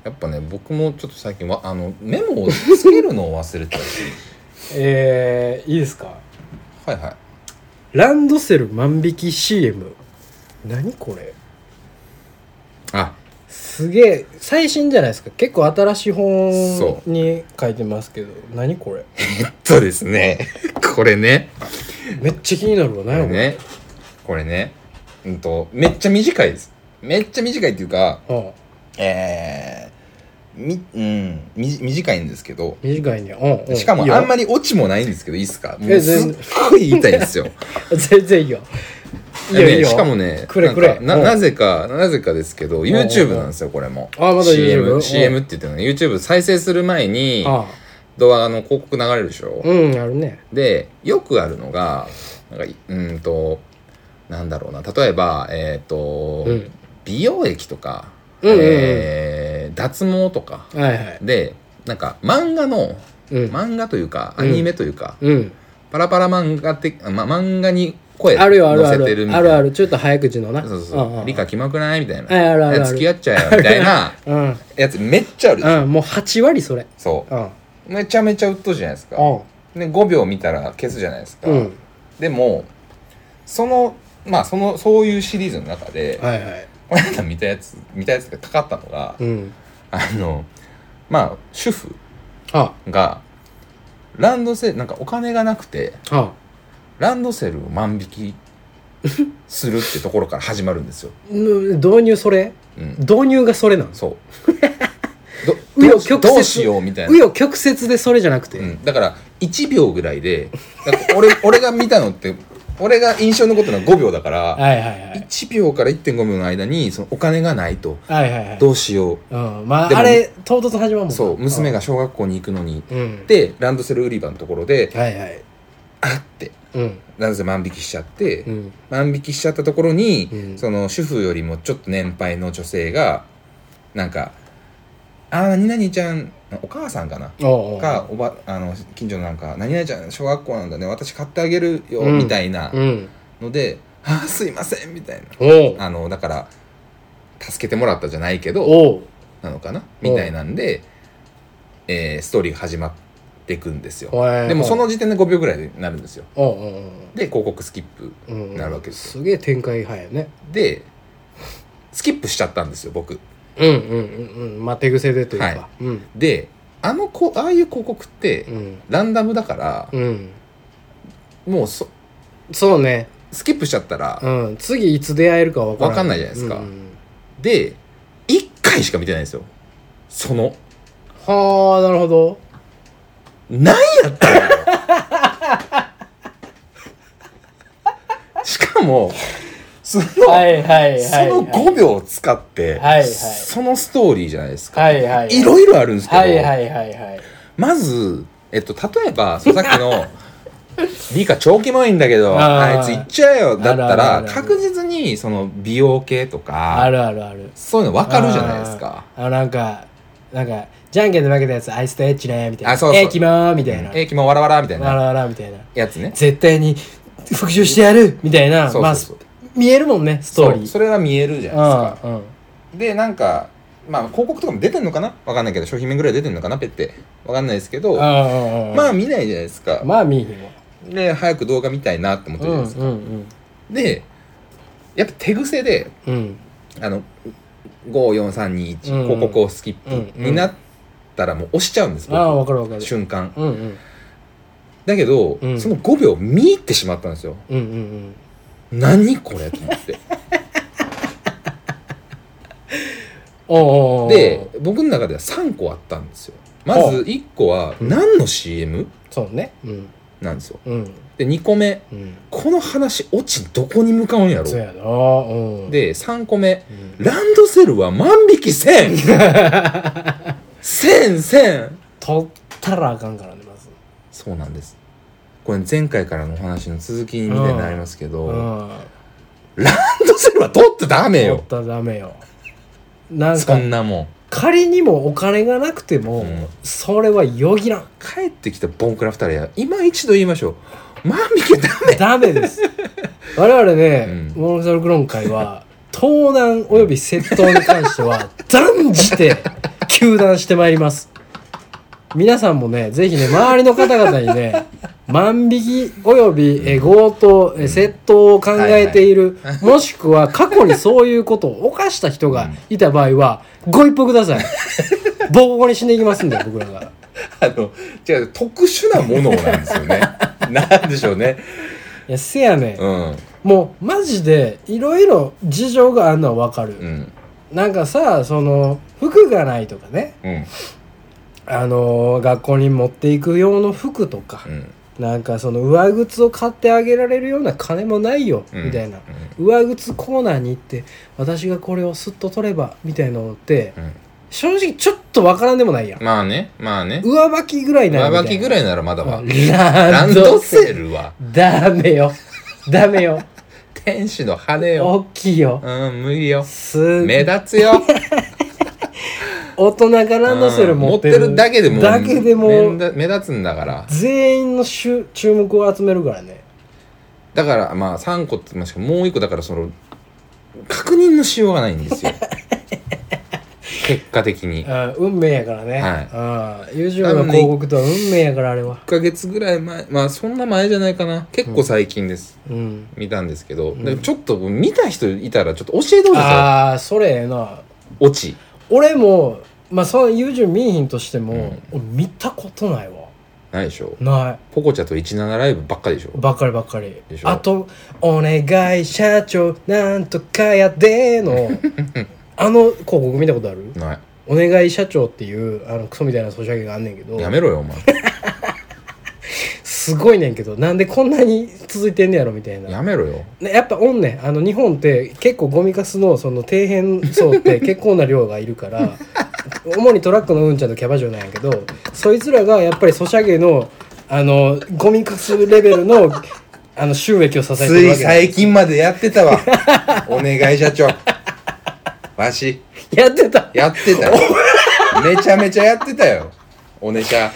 S1: やっぱね僕もちょっと最近わあのメモをつけるのを忘れてたし
S2: えー、いいですか
S1: はいはい
S2: ランドセル万引き CM 何これ
S1: あ
S2: すげえ最新じゃないですか結構新しい
S1: そ
S2: 本に書いてますけど何これ
S1: そうですねこれね
S2: めっちゃ気になるわ
S1: これ
S2: 何やこれ、
S1: ねこれねうんとめっちゃ短いですめっちゃ短いっていうか
S2: うん、
S1: えー、みうんみ短いんですけど
S2: 短いねうん、うん、
S1: しかもあん
S2: ま
S1: まりオチもないんですけどいいですかも
S2: え
S1: うす
S2: 全
S1: っごい言いたいんですよ
S2: 全然いいよ いいよ
S1: ね
S2: いいよ
S1: しかもね
S2: くれくれ
S1: なんかな
S2: うん
S1: なぜかなぜかですけど
S2: ん
S1: YouTube なんですよこれも
S2: あまだ YouTube う
S1: CM,
S2: ん
S1: CM って言ってるのね YouTube 再生する前に
S2: ああ
S1: 動画の広告流れるでしょ、
S2: うんあるね
S1: でよくあるのがなんかいうんとなんだろうな例えばえっ、と、
S2: うん
S1: 美容液とか、
S2: うんうんうん
S1: えー脱毛とか
S2: はいはい
S1: でなんか漫画の
S2: うん、
S1: 漫画というか
S2: うん
S1: アニメというか、
S2: うん、
S1: パラパラ漫画って、ま、漫画に声
S2: あるよあるあ
S1: 載せてる
S2: る
S1: みた
S2: あ
S1: い
S2: る
S1: な
S2: あるちょっと早口のな
S1: そうそうそう理科
S2: き
S1: 気まくないみたいな
S2: はいあるあるある
S1: いや付き合っちゃえよみたい な
S2: うん
S1: やつめっちゃある
S2: うんもう8割それ
S1: そ
S2: うんうん
S1: うめちゃめちゃ鬱陶しいじゃないですかで5秒見たら消すじゃないですか、
S2: うん
S1: でもそのまあそのそういうシリーズの中で、
S2: はいはい
S1: この間見たやつ見たやつがかかったのが、
S2: うん
S1: あのまあ主婦
S2: あ
S1: がランドセルなんかお金がなくて
S2: あ
S1: ランドセルを万引きするってところから始まるんですよ。
S2: うん導入それ
S1: うん、
S2: 導入がそれなの
S1: そうどどう
S2: 紆余
S1: し
S2: 曲折
S1: どうしようみたいな
S2: 紆余曲折でそれじゃなくて、
S1: うん、だから1秒ぐらいでだから俺 俺が見たのって俺が印象に残ったのは5秒だから
S2: はいはいはい
S1: 1秒から1.5秒の間にそのお金がないと
S2: はいはいはい
S1: どうしよ
S2: うんま
S1: でも
S2: ああれ唐突始まるも
S1: う
S2: んな
S1: そう娘が小学校に行くのに
S2: うん
S1: でランドセル売り場のところで
S2: はいはい
S1: あって
S2: うん
S1: ランドセル万引きしちゃって、
S2: うん
S1: 万引きしちゃったところに、
S2: うん
S1: その主婦よりもちょっと年配の女性がなんか「ああ何々ちゃんお母さんかな」
S2: おうおう
S1: かおばあの近所のなんか「何々ちゃん小学校なんだね私買ってあげるよ」
S2: うん
S1: みたいな
S2: うん
S1: ので「ああすいません」みたいな
S2: おう
S1: あのだから助けてもらったじゃないけど
S2: おう
S1: なのかなみたいなんで、えーストーリーが始まっていくんですよ
S2: おい
S1: でもその時点で5秒ぐらいになるんですよ
S2: おうおう
S1: で広告スキップ
S2: おううん
S1: なるわけです
S2: すげえ展開早いね
S1: でスキップしちゃったんですよ僕
S2: うんうんうんうんまあ手癖でというか、
S1: は
S2: うん
S1: であのこああいう広告って
S2: うん
S1: ランダムだから、
S2: うん
S1: もうそ
S2: そうね
S1: スキップしちゃったら、
S2: うん次いつ出会えるかわから
S1: わかんないじゃないですか
S2: うん
S1: で1回しか見てないんですよその
S2: はあなるほど
S1: 何やったの しかもその、
S2: はいはいはい、はい、
S1: その5秒を使って、
S2: はいはい
S1: そのストーリーじゃないですか、
S2: はいはいはい
S1: いろいろあるんですけど、
S2: はいはいはいはい
S1: まず、えっと、例えば、そのさっき の、リカ超キモいんだけど、
S2: あ
S1: あ
S2: ー
S1: いつ行っちゃえよ、だったら、
S2: あるあるある
S1: 確実に、その、美容系と
S2: あ
S1: か、
S2: るあるある
S1: そういうの分かるじゃないですか。
S2: あーあのなんかなんかじゃんけんで負けたやつアイスとエッチねみたいな
S1: あそうそう
S2: えー、キモーみたいな、
S1: え、キモわらわらみたい
S2: わ
S1: な
S2: らわらみたいな
S1: やつね。
S2: 絶対に復讐してやるみたいな
S1: そうそうそう
S2: まあ見えるもんねスト
S1: そ
S2: ーリ
S1: う
S2: ー
S1: それは見えるじゃないですか。
S2: うんうん
S1: で、なんか、まあ、広告とかも出てんのかなわかんないけど、商品名ぐらい出てんのかなペって。わかんないですけど、
S2: うんうんうん
S1: まあ見ないじゃないですか。
S2: まあ見えへんわ
S1: で、早く動画見たいなって思って
S2: う
S1: るじゃない
S2: ん
S1: ですか。
S2: うん
S1: で、やっぱ手癖で、
S2: うんうん
S1: あの54321
S2: うん
S1: 広告をスキップ
S2: うん
S1: になったらもう押しちゃうんです、
S2: ああ分
S1: 僕
S2: かる分かる
S1: 瞬間
S2: うんうん
S1: だけど、
S2: うん
S1: その5秒見入ってしまったんですよ
S2: うんうん
S1: 何これと思って
S2: おうおうおう
S1: で僕の中では3個あったんですよまず
S2: ほ
S1: 1個は
S2: うん
S1: 何の CM
S2: そうねうん
S1: なんですよ
S2: うん
S1: で2個目
S2: うん
S1: ここの話オチどこに向かうんや
S2: そう
S1: ろ
S2: やなうん
S1: で3個目
S2: うん
S1: ランドセルは万引きせ んせんせん
S2: 取ったらあかんからねまず
S1: そうなんですこれ前回からのお話の続きみたいになりますけど、ラ
S2: うん
S1: ンドセルは取ってダメ
S2: 取っ
S1: よ
S2: たらダメよなん
S1: そ
S2: か
S1: んなもん
S2: 仮にもお金がなくても、
S1: うん
S2: それはよぎらん
S1: 帰ってきたボンクラ二人は今一度言いましょう万引きダメ
S2: ダメです我々ね、
S1: うん
S2: モノサルクロン会は盗難および窃盗に関して は断じて糾弾してまいります皆さんもねぜひね周りの方々に ね万引きおよびえー強盗、えー窃盗を考えている、 もしくは過去にそういうことを犯した人がいた場合は、ご一報くださいボコボコに死んでいきますんで僕らが
S1: あのじゃあ特殊なものなんですよね なんでしょうね
S2: いやせやね、
S1: うん
S2: もうマジでいろいろ事情があるのはわかる、
S1: うん
S2: なんかさその服がないとかね
S1: うん
S2: あのー学校に持っていく用の服とか
S1: う、ん
S2: なんかその上靴を買ってあげられるような金もないよ、
S1: うん
S2: みたいな
S1: うん
S2: 上靴コーナーに行って私がこれをスッと取ればみたいなのって
S1: うん
S2: 正直ちょっとわからんでもないやん
S1: まあねまあね
S2: 上履きぐらいな
S1: 上履きぐ
S2: い
S1: らいならまだわ
S2: なラ
S1: ラ
S2: ン
S1: ン
S2: ド
S1: ド
S2: セ
S1: セ
S2: ル
S1: ルは
S2: ダメよダメよ
S1: 天使の羽よ
S2: 大きいよ
S1: うん無理よ
S2: す
S1: 目立つよ
S2: 大人がランドセル持ってる,、
S1: うん持ってるだけでも
S2: だけでも
S1: 目立目立つんだから
S2: 全員の注注目を集めるからね
S1: だからまあ3個って言いましたけどもう1個だからその確認のしようがないん ですよ結果的に1
S2: あ運命やからね、はい、優柔の広告とは運命やからあれは
S1: ヶ月ぐらい前まあそんな前じゃないかな結構最近です、
S2: うん
S1: 見たんですけど、でもちょっと見た人いたらちょっと教えてほしいですよ
S2: ああそれええな
S1: オチ
S2: 俺もまあその優柔見えひんとしても、俺見たことないわ
S1: ないでしょ
S2: ない
S1: ポコチャと17ライブばっかりでしょ
S2: ばっかりばっかり
S1: でしょ
S2: あと「お願い社長なんとかやで」 のあの広告見たことある
S1: ない
S2: 「お願い社長」っていうあのクソみたいなソシャゲがあんねんけど
S1: やめろよお前
S2: すごいねんけどなんでこんなに続いてんねやろみたいな
S1: やめろよ
S2: ねやっぱおんねんあの日本って結構ゴミかすのその底辺層 って結構な量がいるから主にトラックのうんちゃんとキャバ嬢なんやけどそいつらがやっぱりソシャゲのあのゴミかすレベ ルのあの収益を支え て
S1: つ
S2: るわ
S1: い
S2: けだ
S1: 最近までやってた わお願い社長わし
S2: やってた
S1: やってたよめちゃめちゃやってたよおねしゃ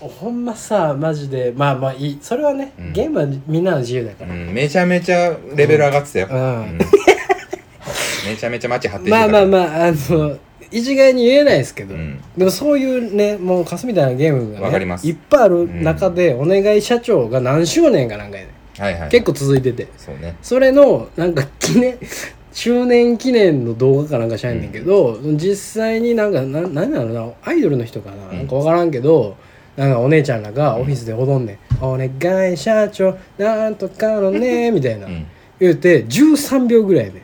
S2: ほんまさマジでまあまあいいそれはね、
S1: うん
S2: ゲームはみんなの自由だか
S1: う
S2: ら、
S1: んめちゃめちゃレベル上がってたよ、
S2: うん
S1: うんめちゃめちゃ街張って
S2: まあまあ
S1: あ
S2: まああの一概に言えないですけど、
S1: うん
S2: でもそういうねもうカスみたいなゲームが、
S1: わ
S2: ね
S1: かりま、す
S2: いっぱいある中で、お願い社長が何周年かなんかやねん
S1: はいはい
S2: 結構続いてて
S1: そうね
S2: それのなんか記念 周年記念の動画かなんかしないんだけど、実際になんかななんだろうなアイドルの人かな,、
S1: うん
S2: なんか分からんけどなんかお姉ちゃんらがオフィスで踊んねん「お願い社長なんとか のね」みたいな、
S1: うん
S2: 言うて13秒ぐらいやね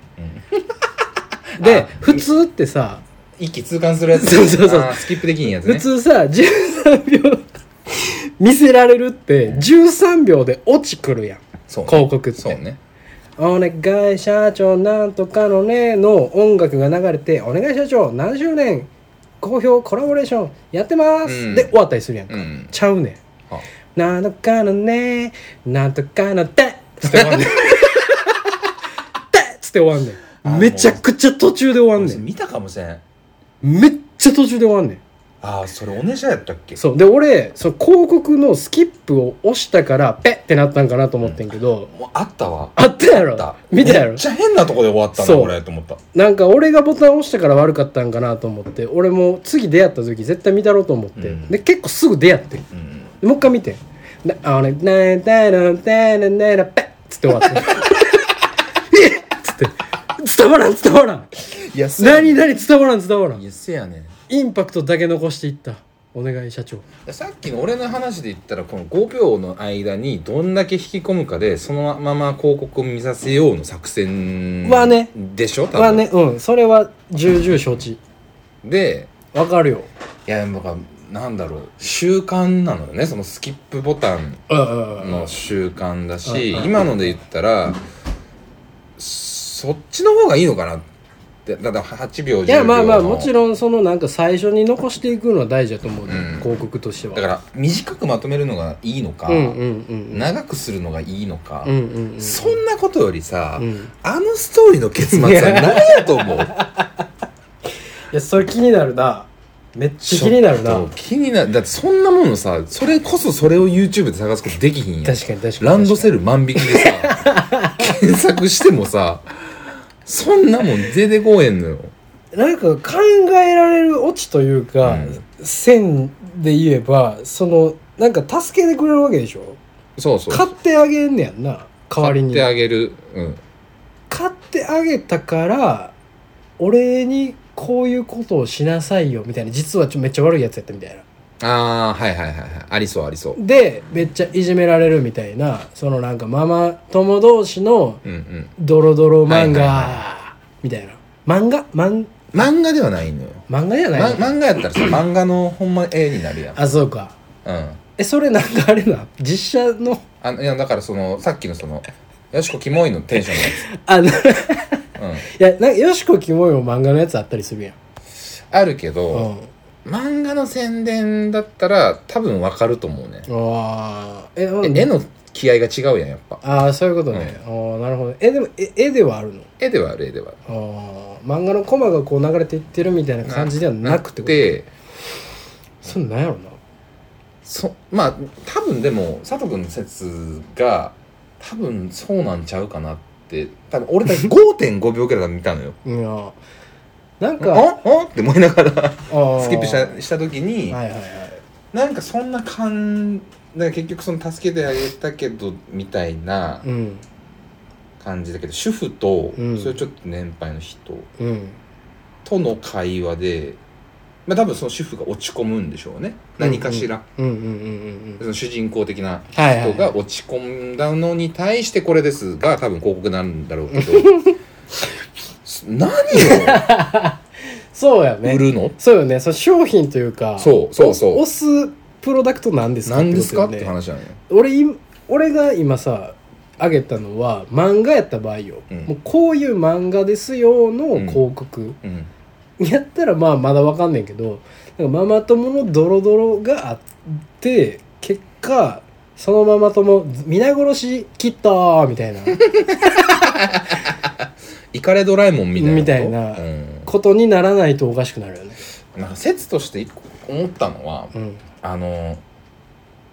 S2: んで普通ってさ
S1: 息痛感するやつ
S2: そうそうそう
S1: あースキップできんやつね
S2: 普通さ13秒見せられるって13秒で落ちくるやん
S1: そうね
S2: 広告って
S1: そうね
S2: お願い社長なんとかのねの音楽が流れて「お願い社長何周年好評コラボレーションやってます」
S1: うん
S2: で終わったりするやんか、
S1: うん
S2: ちゃうね
S1: あ
S2: んなんとかのねなんとかのてっ
S1: ステマンで
S2: つって終わんね
S1: あ
S2: んめちゃくちゃ途中で終わんねん
S1: 見たかもしれん
S2: めっちゃ途中で終わんね
S1: ああそれおねしゃやったっけ
S2: んそうで俺その広告のスキップを押したからペッってなったんかなと思ってんけど、
S1: もうあったわ
S2: あったや
S1: あった
S2: ろ見たや
S1: め
S2: ろ
S1: っちゃ変なとこで終わったんだ
S2: そう
S1: これと思った
S2: なんか俺がボタン押したから悪かったんかなと思って俺も次出会った時絶対見たろうと思って、
S1: うん
S2: で結構すぐ出会って
S1: うん
S2: でもう一回見て「なあれなななななななペッ」つって終わ って「えっ!」つって伝わらん伝わらん
S1: いやせやね
S2: 何何伝わらん伝わら
S1: んい
S2: ん
S1: やせやねん
S2: インパクトだけ残していったお願い社長
S1: さっきの俺の話で言ったらこの5秒の間にどんだけ引き込むかでそのまま広告を見させようの作戦
S2: はね
S1: でしょ多分
S2: はねうんそれは重々承知
S1: で
S2: わかるよ
S1: いやだからなんだろう習慣なのよねそのスキップボタン
S2: ああ
S1: の習慣だし
S2: うん
S1: 今ので言ったらそっちの方がいいのかなってだから8秒10秒の
S2: いやまあまあもちろんそのなんか最初に残していくのは大事だと思う、ね
S1: うん
S2: 広告としては
S1: だから短くまとめるのがいいのか、
S2: うんうんうん
S1: 長くするのがいいのか、
S2: うんうんうん
S1: そんなことよりさ、
S2: うんい
S1: あのストーリーの結末は何やと思う
S2: やそれ気になるなめっちゃ 気になるな
S1: ちょっと気になるだってそんなものさそれこそそれを YouTube で探すことできひんやん
S2: 確かに確かに
S1: ランドセル万引きで さ検索してもさそんなもん出てこえんのよ
S2: なんか考えられるオチというか、線で言えばそのなんか助けてくれるわけでしょ
S1: そうそう
S2: 買ってあげんねやんな代わりに
S1: 買ってあげるうん
S2: 買ってあげたから俺にこういうことをしなさいよみたいな実はちょめっちゃ悪いやつやったみたいな
S1: ああはいはいはいはいありそうありそう
S2: でめっちゃいじめられるみたいなそのなんかママ友同士の
S1: うんうん
S2: ドロドロ漫
S1: はい
S2: 画みたいな漫画漫
S1: 漫画ではないのよ、
S2: 漫画じゃ
S1: ま、
S2: ないの
S1: 漫画やったらさ漫画のほんま絵になるやん
S2: あそうか
S1: うん
S2: えそれなんかあれな実写の
S1: あのいやだからそのさっきのその「よしこキモい」のテンションのや
S2: あの
S1: つ、うん、
S2: いや、なんか、よしこキモいも漫画のやつあったりするやん。
S1: あるけ
S2: う
S1: ど、
S2: ん。
S1: 漫画の宣伝だったら多分わかると思うね、
S2: ああ。え、
S1: え
S2: うん
S1: 絵の気合が違うやんやっぱ
S2: ああ、そういうことね。ああ、なるほど。え、でも、え絵ではあるの
S1: 絵ではある絵ではある
S2: ああ。漫画のコマがこう流れていってるみたいな感じではなくてこと
S1: で
S2: そんなんやろな。
S1: そまあ多分でも佐藤君の説が多分そうなんちゃうかなって多分俺たち5.5秒くらいから見たのよ
S2: いや。な
S1: 「
S2: ん
S1: お
S2: か、
S1: おって思いながら
S2: ス
S1: スキップしたした時に、
S2: はいはいはい。
S1: なんかそんな感だから結局その助けてあげたけどみたいな
S2: うん。
S1: 感じだけど主婦と、
S2: うん
S1: それちょっと年配の人
S2: うん。
S1: との会話で、まあ、多分その主婦が落ち込むんでしょうね何かしら、
S2: うんうんうんうんうん。
S1: その主人公的な
S2: はいはい。
S1: 人が落ち込んだのに対してこれですが多分広告なんだろうけ ど何を
S2: そうやね
S1: 売。るの、
S2: そうよね。そう商品というか、
S1: そうそうそう
S2: お押すプロダクトなんですか
S1: 何ですかっ
S2: ことよね
S1: て話なのよ
S2: 俺い俺が今さあげたのは漫画やった場合よ、
S1: うん
S2: もうこういう漫画ですよの広告、
S1: うん
S2: やったらまあまだわかんねんけどなんかママ友のドロドロがあって結果そのママ友皆殺し切ったーみたいな
S1: イカレドラえもんみたいなこと
S2: みたい
S1: う
S2: な
S1: ん
S2: ことにならないとおかしくなるよね、
S1: なんか説として一個思ったのは、
S2: うん
S1: あの、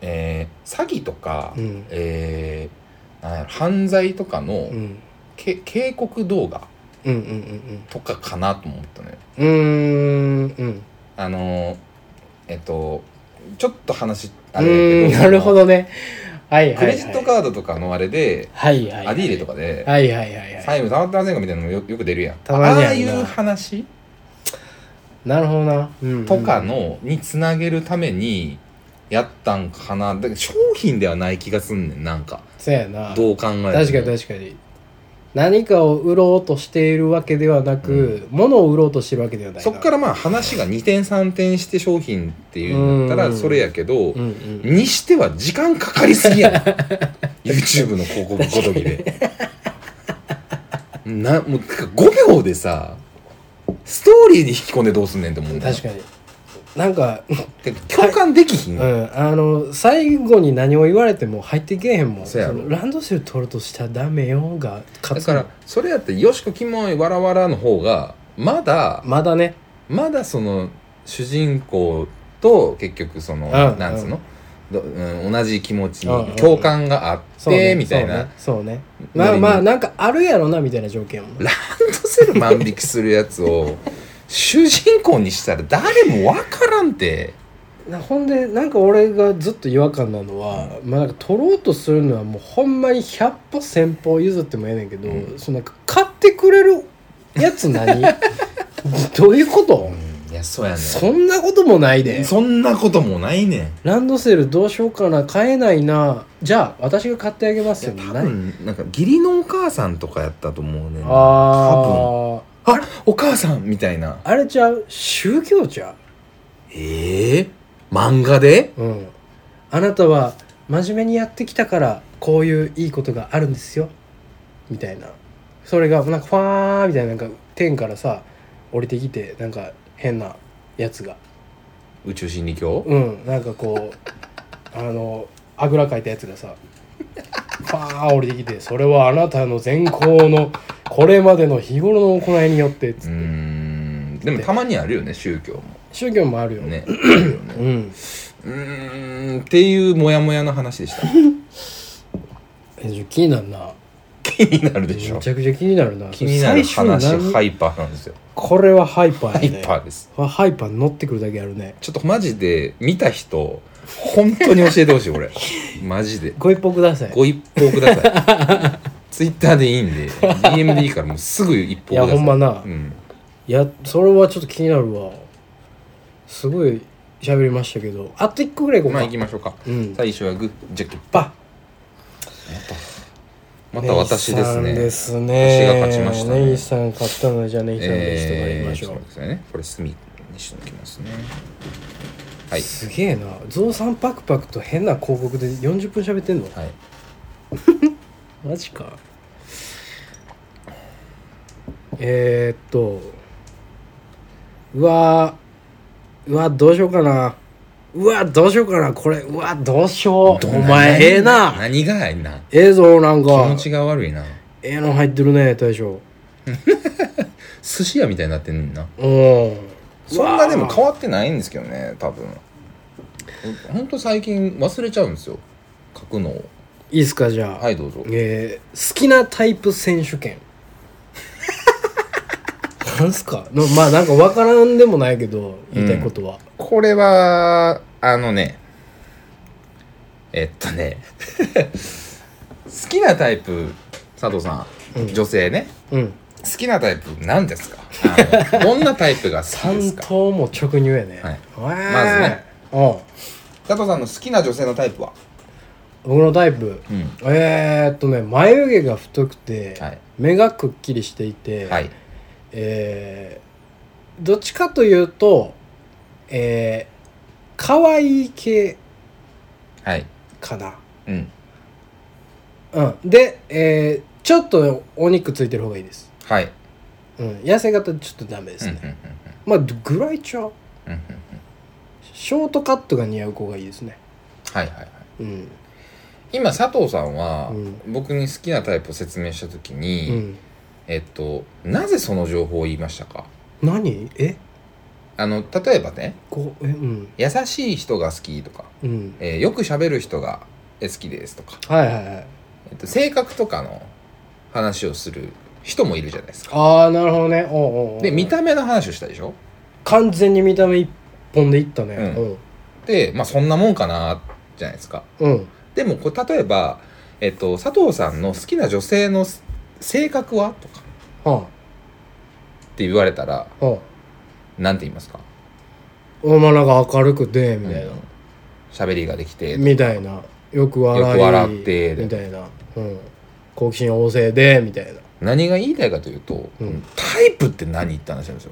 S1: えー詐欺とか、
S2: うん
S1: えーなんやろ犯罪とかの、
S2: うん、
S1: け警告動画
S2: うんうん
S1: とかかなと思ったのよ。
S2: うんうんうーんうん
S1: あのえっとちょっと話あ
S2: う
S1: れや
S2: ーん
S1: けど
S2: なるほどねはい
S1: ク
S2: は
S1: レ
S2: いはい
S1: ジットカードとかのあれで、
S2: はいはいはい
S1: アディーレとかで、
S2: はいはいはいはい
S1: 債務たまってませんかみたいなのもよよく出るやん
S2: たまにあるな
S1: ああいう話
S2: なるほどな、うんうん
S1: とかの、につなげるためにやったんかなだけど商品ではない気がすんねんなんか
S2: そうやな
S1: どう考えても
S2: 確かに確かに何かを売ろうとしているわけではなく、物を売ろうとしてるわけではない
S1: そっかららまあ話が2点3点して商品っていうんだった
S2: う
S1: ら
S2: ん
S1: それやけど、
S2: うんうん
S1: にしては時間かかりすぎ やな YouTube の広告ごときでなもう5秒でさストーリーに引き込んでどうすんねんって思う
S2: 確かになんか、
S1: に共感できひ、
S2: うんん、あの最後に何を言われても入っていけへんもん
S1: そうやろ
S2: のランドセル取るとしたらダメよが勝
S1: だ
S2: つ
S1: からそれやって「よしこキモいわらわら」の方がまだ
S2: まだね
S1: まだその主人公と結局その、
S2: うん
S1: なんつうの、どうん同じ気持ち
S2: うんうん
S1: に共感があって、
S2: そうね
S1: みたいな、
S2: そうねそうねまあまあなんかあるやろなみたいな条件も
S1: ランドセル万引きするやつを主人公にしたら誰もわからんて
S2: なほんでなんか俺がずっと違和感なのは、まあ、なんか取ろうとするのはもうほんまに100歩1000歩譲ってもええねんけど、
S1: うん
S2: そのなんか買ってくれるやつ 何どういうこと、
S1: いやそうやね
S2: そんなこともないで
S1: そんなこともないねん
S2: ランドセルどうしようかな買えないなじゃあ私が買ってあげます
S1: いや
S2: よ
S1: 多
S2: ない
S1: 分なんか義理のお母さんとかやったと思うねん多分
S2: あー
S1: あお母さんみたいな
S2: あれちゃう宗教ちゃう
S1: ええ漫画で
S2: うん、あなたは真面目にやってきたからこういういいことがあるんですよみたいなそれがなんかファーみたいななんか天からさ降りてきてなんか変なやつが
S1: 宇宙心理教
S2: うんなんかこうあのあぐらかいたやつ がさファー降りてきてそれはあなたの善行のこれまでの日頃の行いによって
S1: うーんでもたまにあるよね宗教も
S2: 宗教もあるよね
S1: ねあるよ
S2: う
S1: ね
S2: ん
S1: うーんっていうモヤモヤの話 でした
S2: え気になるな
S1: 気になるで
S2: め
S1: し
S2: ち
S1: ょ
S2: ゃくちゃ気になるな
S1: 気になる
S2: 最初
S1: 話
S2: に何
S1: ハイパーなんですよ
S2: これはハイパー
S1: ハイ
S2: やね
S1: パーです
S2: これハイパーに乗ってくるだけあるね
S1: ちょっとマジで見た人本当に教えてほしい これマジで
S2: ご一報ください
S1: ご一報ください ツイッターでいいんで DM でいいからもうすぐ一報ください
S2: いやほんまな
S1: うん、
S2: いやそれはちょっと気になるわすごい喋りましたけどあと1個ぐらいこう
S1: まあ
S2: か、
S1: 行きましょうか、
S2: うん
S1: 最初はグッジャケ
S2: パ
S1: また私です
S2: ネ
S1: ね
S2: ギです
S1: 私
S2: ね
S1: が勝ちましたね
S2: ネギさん勝ったのでじゃあネギさんのリストが
S1: え
S2: り
S1: ー
S2: ましょう、
S1: そうですよねこれ隅にしときますねはい
S2: すげえなゾウさんパクパクと変な広告で40分喋ってんの
S1: はい
S2: マジかえー、っとうわーうわどうしようかなうわどうしようかなこれうわどうしよう
S1: ど
S2: お
S1: ん
S2: 前
S1: 何
S2: ええな
S1: 何がやな
S2: ええぞなん
S1: 気
S2: か
S1: 持ちが悪いな
S2: ええの入ってるね大将
S1: 寿司屋みたいになってんねんな
S2: うん
S1: そんなでも変わってないんですけどね多分ほんと最近忘れちゃうんですよ書くのを
S2: いいっすかじゃあ、
S1: はいどうぞ
S2: えー好きなタイプ選手権 なんすかのまあなんかわからんでもないけど言いたいことは、
S1: これはあのねえっとね好きなタイプ佐藤さん、
S2: うん
S1: 女性ね
S2: うん
S1: 好きなタイプ何ですかあのどんなタイプが好きで
S2: 三
S1: すか
S2: 頭も直入やね。
S1: はい
S2: わー
S1: まずね。
S2: うん。
S1: 佐藤さんの好きな女性のタイプは
S2: 僕のタイプ。
S1: うん
S2: えー、っとね、眉毛が太くて、
S1: はい
S2: 目がくっきりしていて、
S1: はい
S2: えー、どっちかというと、えー、可愛い系
S1: はい
S2: かな。
S1: うん
S2: うん。で、えー、ちょっとお肉ついてる方がいいです。
S1: はい
S2: うん。痩せ型ちょっとダメで
S1: う
S2: す
S1: んう
S2: ね
S1: ん。
S2: まあ、ぐらいちゃう。
S1: うんうんうん
S2: ショートカットが似合う子がいいですね。
S1: はいはいはい
S2: うん。
S1: 今佐藤さんは、
S2: う
S1: 僕に好きなタイプを説明した時
S2: う
S1: に、
S2: ん。
S1: えっとなぜその情報を言いましたか
S2: 何え
S1: あの例えばね
S2: こう、え、うん。
S1: 優しい人が好きとか、
S2: うん。
S1: えーよく喋る人がえ好きですとか、
S2: はいはいはい。
S1: えっと、性格とかの話をする人もいるじゃないですか
S2: ああ、なるほどね。おうおうおう
S1: で見た目の話をしたでしょ
S2: 完全に見た目一本でいったね。
S1: でまあそんなもんかなじゃないですか
S2: うん。うん。
S1: でもこう例えば、えっと、佐藤さんの好きな女性の性格はとか
S2: は
S1: って言われたら
S2: あ、はあ。
S1: なんて言いますか
S2: お前なんか明るくて、みたいな。
S1: うん喋りができて
S2: みたいな。よく笑い
S1: よく笑って
S2: みたいな。うん。好奇心旺盛で、みたいな。
S1: 何が言いたいかというと、
S2: うん
S1: タイプって何って話なんですよ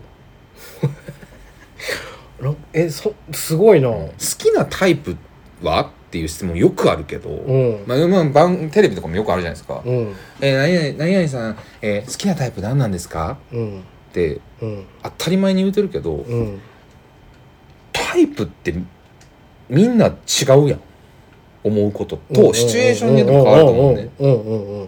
S2: らえ、そ、すごいな。
S1: 好きなタイプはっていう質問よくあるけど、
S2: うん。
S1: まあ、まあ番テレビとかもよくあるじゃないですか「
S2: うん。
S1: えー何々何々さん、えー好きなタイプ何なんですか?
S2: うん。」
S1: って
S2: うん。
S1: 当たり前に言うてるけど、
S2: うん。
S1: タイプってみんな違うやん思うこと
S2: う
S1: と
S2: ん
S1: シチュエーションによっても変わると思うね。
S2: うんうんうんうん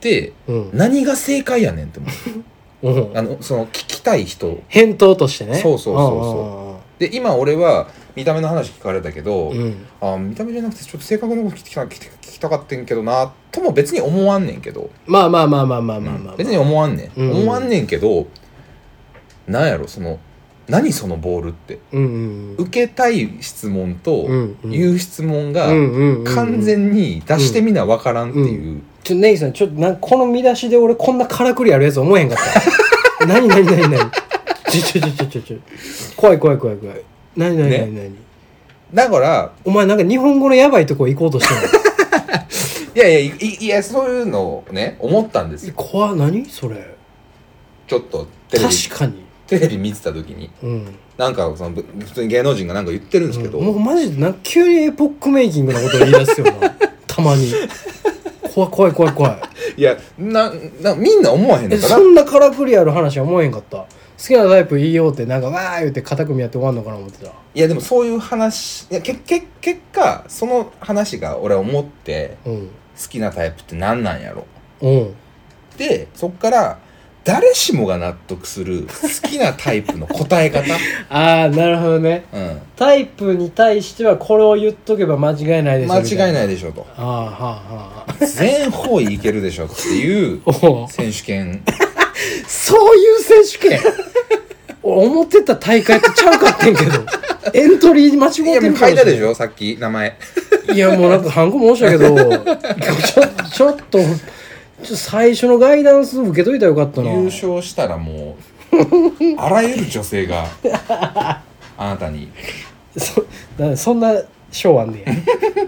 S1: で
S2: うん。
S1: 何が正解やねんって思 う
S2: うん。う
S1: あ
S2: ん。
S1: のその聞きたい人
S2: 返答としてね。
S1: そうそうそうそうんで今俺は見た目の話聞かれたけど、
S2: うんうん。
S1: あ見た目じゃなくてちょっと性格のこと聞きた聞き聞きたかってんけどなとも別に思わんねんけど、
S2: まあまあまあまあまあまあまあまあ。
S1: 別に思わんねん、
S2: うん
S1: 思わんねんけどなんやろその何そのボールって
S2: うんうんうん。
S1: 受けたい質問と
S2: うんうん
S1: 言う質問が
S2: うんうんうんうん
S1: 完全に出してみなわからんっていう、
S2: ちょネギさんちょっとなんこの見出しで俺こんなからくりあるやつ思えへんかった何何何何ちょちょちょちょちょちょ怖い怖い怖い怖い何何何何、
S1: だから
S2: お前なんか日本語のやばいとこ行こうとしてる
S1: いやいやいいいやそういうのをね思ったんですよ
S2: 怖っ何それ
S1: ちょっとテレビ
S2: 確かに
S1: テレビ見てた時に
S2: うん
S1: なんかそのぶ普通に芸能人がなんか言ってるんですけど、
S2: もうマジでな急にエポックメイキングなことを言い出す よなたまに怖い怖い怖い怖い
S1: いやななみんな思わへん
S2: え
S1: のかな
S2: そ
S1: ん
S2: なからくりある話は思えへんかった好きなタイプ言いようってなんかわー言って肩組みやって終わんのかな思ってた
S1: いやでもそういう話いやけけ結果その話が俺は思って
S2: うん
S1: 好きなタイプって何なんやろ
S2: うん
S1: でそっから誰しもが納得する好きなタイプの答え方、
S2: ああなるほどね
S1: うん、
S2: タイプに対してはこれを言っとけば間違いないです
S1: 間違い
S2: い
S1: ないでしょと
S2: ああはあはあ
S1: 全方位いけるでしょって いう
S2: おう
S1: 選手権
S2: そういう選手 権俺思ってた大会とちゃうかってんけどエントリー間
S1: い
S2: 違
S1: や
S2: っ
S1: も
S2: てる
S1: う書いたでしょさっき名前
S2: いやもうなんかハンコ申したけどちょちょっとちょっと最初のガイダンス受けといたらよかった な
S1: 優勝したらもうあらゆる女性 があなたに
S2: そだそんな賞あんね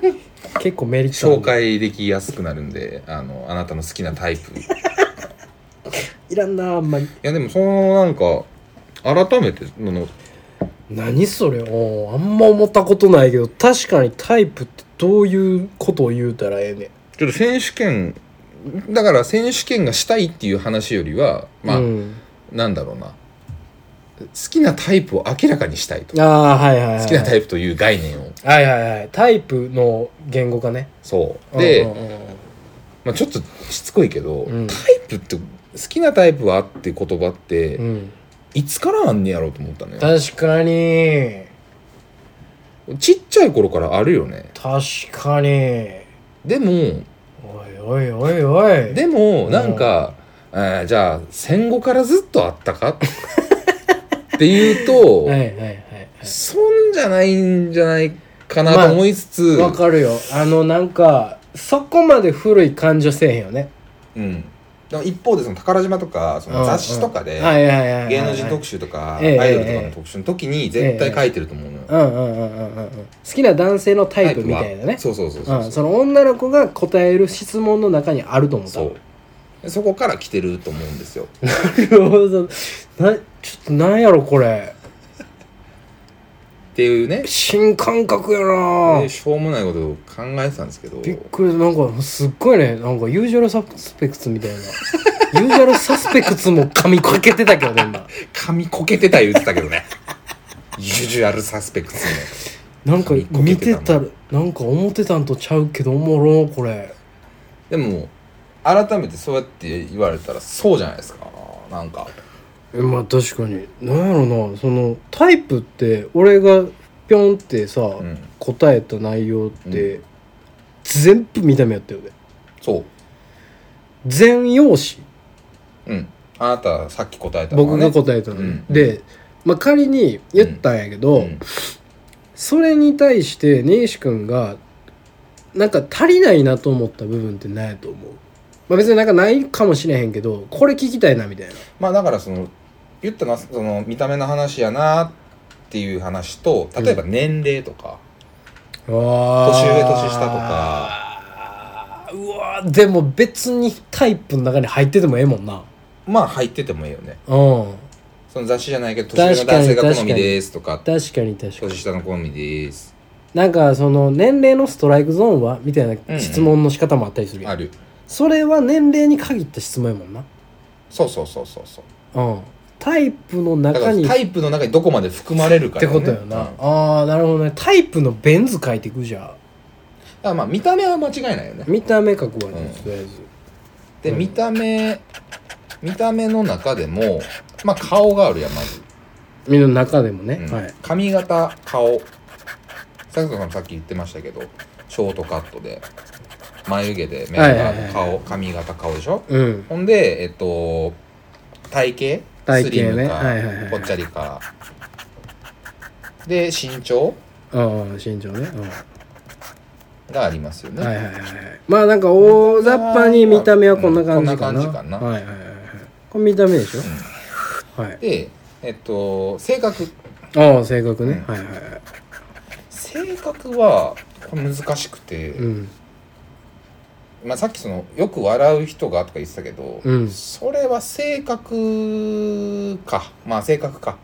S2: や結構メリットある
S1: 紹介できやすくなるんであのあなたの好きなタイプい
S2: いらんなあんまり
S1: やでもそのなんか改めてのの
S2: 何それおーあんま思ったことないけど確かにタイプってどういうことを言うたらええねん
S1: ちょっと選手権だから選手権がしたいっていう話よりはまあ、
S2: うん、
S1: なんだろうな好きなタイプを明らかにしたいと
S2: ああはいはい、はい、
S1: 好きなタ
S2: イ
S1: イプという概念を
S2: プはいはいはいタイプの言語化ね
S1: そうで、
S2: うんうんうん
S1: まあ、ちょっとしつこいけど、
S2: うん
S1: タイプって好きなタイプはっていう言葉って、
S2: うん、
S1: いつからあんねやろうと思ったのよ
S2: 確かに
S1: ちっちゃい頃からあるよね
S2: 確かに
S1: でも
S2: おいおいおいおい
S1: でもなんか、えーじゃあ戦後からずっとあった かっていうと、
S2: はいはいはい
S1: そんじゃないんじゃないかなと思いつつ、
S2: わかるよあのなんかそこまで古い感情せえへんよね
S1: うん、でも一方でその宝島とかその雑誌とかで、
S2: うんうんはいはいはいはい
S1: 芸能人特集とか、
S2: ええ
S1: アイドルとかの特集の時に絶対書いてると思うのよ、
S2: うんうんうんうんうんうん好きな男性のタイプみたいなね
S1: そうそうそう
S2: う、
S1: そうん
S2: その女の子が答える質問の中にあると思った
S1: そうでそこから来てると思うんですよ
S2: なるほど なちょっとなんやろこれ
S1: っていうね
S2: 新感覚や
S1: で
S2: な
S1: しょうもないことを考えてたんですけど
S2: びっくりなんかすっごいねなんかユージュアルサスペクツみたいなユージュアルサスペクツも噛みかけてたけどね今
S1: 髪こけてた言ってたけど ねユージュアルサスペクツね
S2: なんか
S1: 噛みこけ
S2: 見
S1: て
S2: て
S1: たな
S2: たらなんか思ってたんとちゃうけどおもろこれ
S1: でも改めてそうやって言われたらそうじゃないですかなんか
S2: えまあ確かになんやろなそのタイプって俺がぴょんってさ、
S1: ん
S2: 答えた内容って、
S1: う
S2: 全部見た目やったよね
S1: そ
S2: 全容姿
S1: ううんあなたさっき答えたのは
S2: 僕
S1: ね
S2: が答えたの、
S1: うん
S2: で、まあ、仮に言ったんやけど、
S1: うん
S2: それに対して根岸君がなんか足りないなと思った部分って何やと思う、まあ、別になんかないかもしれへんけどこれ聞きたいなみたいな
S1: まあだからその言ったのはその見た目の話やなっていう話と例えば年齢とか、
S2: 年上
S1: 年上年下とか
S2: うわーでも別にタイプの中に入っててもええもんな
S1: まあ入っててもいいよね
S2: うん
S1: その雑誌じゃないけど年上の男性が好みですとか
S2: 確かに確か
S1: 年
S2: に
S1: 下の好みです
S2: なんかその年齢のストライクゾーンはみたいな質問の仕方もあったりするやん、
S1: ある
S2: それは年齢に限った質問やもんな
S1: そうそうそうそうそう
S2: うんタイプの
S1: だか
S2: 中
S1: ら
S2: に
S1: タ
S2: っ
S1: イプの中にどこまで含まれるか
S2: て
S1: だよね
S2: ことよな、
S1: うんだか
S2: ああなるほどねタイプのベン図書いていくじゃん
S1: らまあ見た目は間違いないよね
S2: 見た目書くわね、
S1: うん
S2: とりあえず
S1: で
S2: うん
S1: 見た目見た目の中でもまあ顔があるやんまず、
S2: みんなの中でもね、
S1: うん
S2: はい
S1: 髪型顔さくさんもさっき言ってましたけどショートカットで眉毛で目
S2: はいはいはいは
S1: が
S2: い
S1: 顔髪型顔でしょ
S2: うん
S1: ほんでえっと体型
S2: 体型ね
S1: スリムか、
S2: はいはいはい
S1: ぽっちゃりかで身長
S2: ああ身長ね、うん
S1: がありますよね、
S2: はいはいはいはいまあなんか大雑把に見た目はこんな感じかな,、
S1: うんこんな感じかな
S2: はいはいはいはいこれ見た目でしょ、はい
S1: でえっと性格
S2: ああ性格ね、
S1: うん
S2: はいはいはい
S1: 性格はこれ難しくて、
S2: うん
S1: まあ、さっきそのよく笑う人がとか言ってたけど、
S2: うん
S1: それは性格かまあ性格か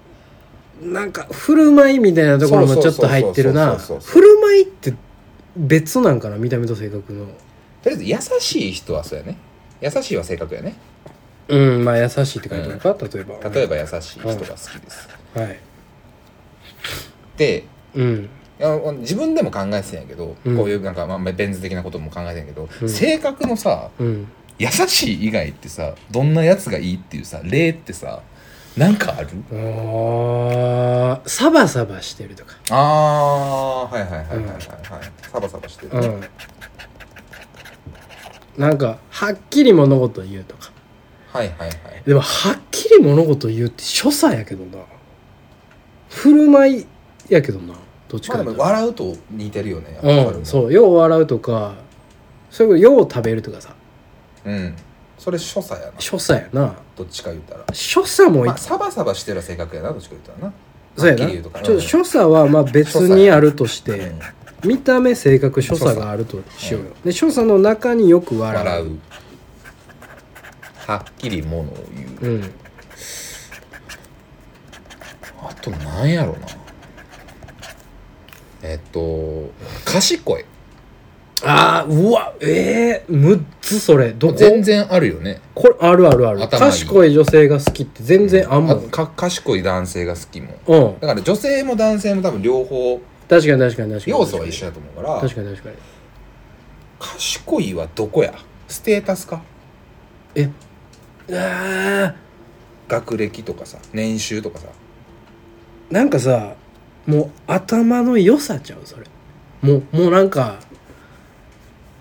S2: なんか振る舞いみたいなところもちょっと入ってるな
S1: そうそうそ
S2: 振る舞いって別なんかな見た目と性格の
S1: とりあえず優しい人はそうやね優しいは性格やね
S2: うんまあ優しいって書いてあるか、例えば
S1: 例えば優しい人が好きです、
S2: ばはい
S1: で
S2: うん
S1: いや自分でも考えてたんやけど、
S2: うん
S1: こういうなんか、まあ、ベン図的なことも考えてたんやけど、
S2: うん
S1: 性格のさ
S2: うん
S1: 優しい以外ってさどんなやつがいいっていうさ例ってさなんかある
S2: あーサバサバしてるとか
S1: あーはいはいはいはいはい、
S2: うん
S1: はい、サバサバしてる、
S2: うんなんかはっきり物事言うとか
S1: はいはいはい
S2: でもはっきり物事言うって所作やけどな振る舞いやけどなどっち
S1: まあ
S2: か
S1: で
S2: 言う
S1: も
S2: と
S1: 笑うと似てるよねやっぱ
S2: うん、そうよう笑うとかそれこそよう食べるとかさ
S1: ううんそれ所作やな
S2: 所作やな
S1: どっちか言ったら
S2: 所作もい、
S1: まあサバサバしてる性格やなどっちか言ったらな
S2: そうや
S1: は
S2: な
S1: っきり言
S2: ち
S1: うと
S2: ょっ
S1: か
S2: と所作 はまあ別にあるとして
S1: うん
S2: 見た目性格所作があるとしようよで所作の中によく笑う
S1: 笑うはっきりものを言う、
S2: うん
S1: あとなんやろなえっと賢い
S2: あーうわえー、むっつそれどこ
S1: 全然あるよね
S2: これあるあるある
S1: 頭いい
S2: 賢い女性が好きって全然あんもん、う
S1: あか賢い男性が好きも
S2: ん、
S1: だから女性も男性も多分両方
S2: 確かに確かに確かに
S1: 要素は一緒だと思うから
S2: 確かに確かに
S1: 賢いはどこやステータスか
S2: えあ
S1: 学歴とかさ年収とかさ
S2: ーなんかさもう頭の良さちゃうそれもうもうなんか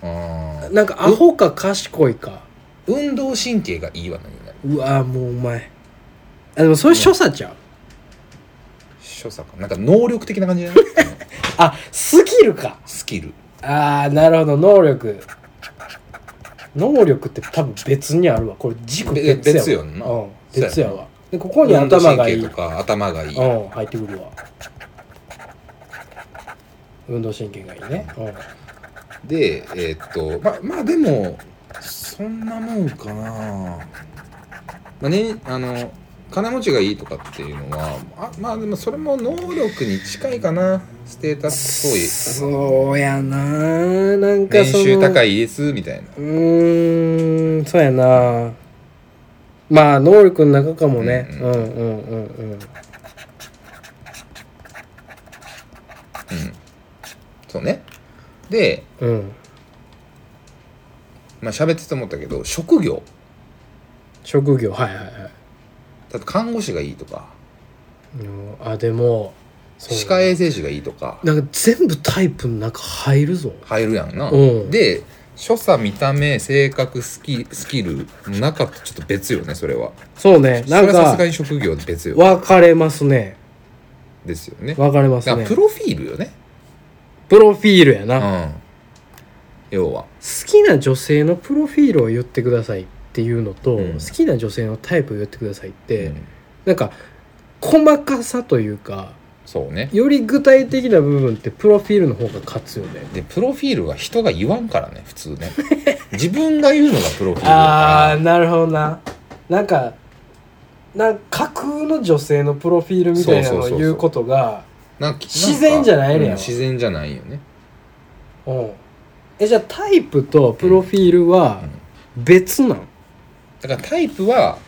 S1: うん
S2: なんかアホか賢いか
S1: 運動神経がいいわ何になる
S2: うわーもうお前あでもそれ所作ちゃう、
S1: 所作かなんか能力的な感じ じゃないうん
S2: あスキルか
S1: スキル
S2: ああなるほど能力能力って多分別にあるわこれ軸
S1: べ
S2: 別や
S1: 別や
S2: わ
S1: んな
S2: うん、別や
S1: そうや
S2: わでここに頭がいい
S1: 運動神経とか頭がいい
S2: うん入ってくるわ運動神経がいいね、う
S1: でえーっとまあまあでもそんなもんかな、まあね、あの金持ちがいいとかっていうのはあまあでもそれも能力に近いかなステータ
S2: ん、
S1: スっぽい
S2: そうやななんか
S1: 年
S2: その
S1: 収高
S2: い
S1: いですみたいな
S2: うーんそうやなまあ能力の中かもね、
S1: う
S2: うんん、
S1: う
S2: うんうんうん
S1: そうねで
S2: うん
S1: まあ喋ってて思ったけど職業
S2: 職業はいはいはい
S1: 例えば看護師がいいとか
S2: うんあでもそう
S1: 歯科衛生士がいいとか
S2: なんか全部タイプの中入るぞ
S1: 入るやんな
S2: うん
S1: で所作見た目性格スキスキルの中とちょっと別よねそれは
S2: そうね
S1: そ
S2: な
S1: れ
S2: ん
S1: はさすが
S2: か
S1: に職業別よ
S2: 分かれますね
S1: ですよね。だ
S2: 分かれます
S1: から
S2: ね
S1: プロフィールよね。
S2: プロフィールやな、
S1: う
S2: 好
S1: ん。要は。
S2: きな女性のプロフィールを言ってくださいっていうのと、
S1: うん
S2: 好きな女性のタイプを言ってくださいって、
S1: うん
S2: なんか細かさというか
S1: そうね。
S2: より具体的な部分ってプロフィールの方が勝つよね
S1: で、プロフィールは人が言わんからね、普通ね。 自分が言うのがプロフィールだ
S2: あ
S1: か
S2: ーなるほどななんかなん架空の女性のプロフィールみたいなの
S1: そうそうそうそ
S2: を
S1: う
S2: 言うことが
S1: ら。なんか
S2: 自然じゃないね
S1: うん自然じゃないよね。
S2: うんえじゃあタイプとプロフィールは別なん、
S1: だからタイプは、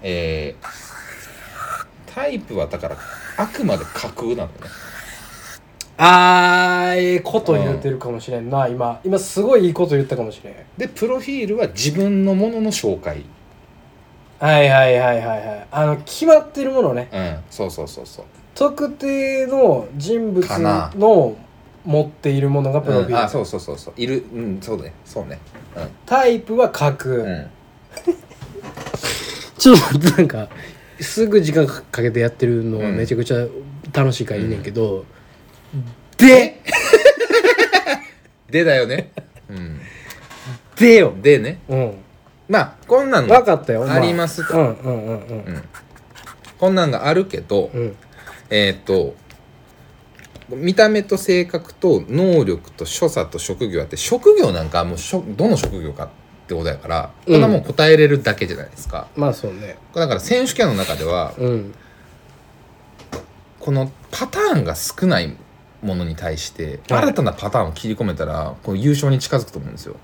S1: えー、タイプはだから、あくまで架空なのね。
S2: あーええこと言うてるかもしれんな、今今すごいいいこと言ったかもしれん
S1: で、プロフィールは自分のものの紹介。
S2: はいはいはいはいはいあの決まってるものね
S1: うん。そうそうそうそう。
S2: 特定の人物
S1: かな
S2: の持っているものがプロフィ
S1: うんあ、
S2: ール、
S1: そうそうそうそう。いる、うん、そうね。そうね。
S2: タイプは架空、
S1: うん。うん。
S2: ちょっとなんかすぐ時間かけてやってるのはめちゃくちゃ楽しいからいいねんけど、で
S1: でだよね。うん。
S2: でよ
S1: でね。
S2: うん
S1: まあこんなん
S2: 分かったよ、
S1: あります
S2: う
S1: か、
S2: んうんうんうん
S1: こんなんがあるけど、
S2: うん
S1: えーっ、と見た目と性格と能力と所作と職業あって職業なんかもうしょどの職業かってことやからこ
S2: うん
S1: れはもう答えれるだけじゃないですか、
S2: まあそうね
S1: だから選手権の中では
S2: うん
S1: このパターンが少ないものに対して
S2: はい
S1: 新たなパターンを切り込めたらこう優勝に近づくと思うんですよ。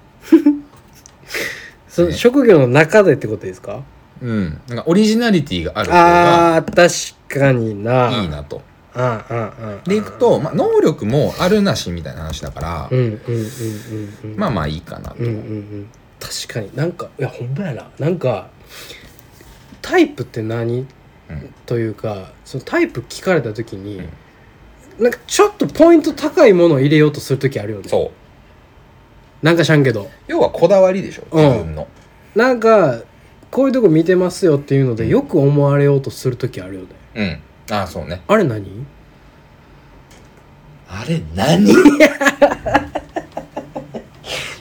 S2: そ
S1: ね
S2: 職業の中でってことですか
S1: うん、なんかオリジナリティがある方
S2: ああー確かに
S1: が
S2: な
S1: いい
S2: な
S1: なと。
S2: あああああ
S1: でいくと、まあ、能力もあるなしみたいな話だから、
S2: うんうんうんうんうん
S1: まあまあいいかなと。
S2: うんうんうん確かになんかいやほんまやななんかタイプって何、
S1: うん
S2: というかそのタイプ聞かれた時に、
S1: うん
S2: なんかちょっとポイント高いものを入れようとする時あるよね
S1: そう
S2: なんかしゃんけど
S1: 要はこだわりでしょ
S2: うん
S1: 自分の。
S2: なんかこういうとこ見てますよっていうのでよく思われようとする時あるよね
S1: うん、ああそうね。
S2: あれ何
S1: あれ何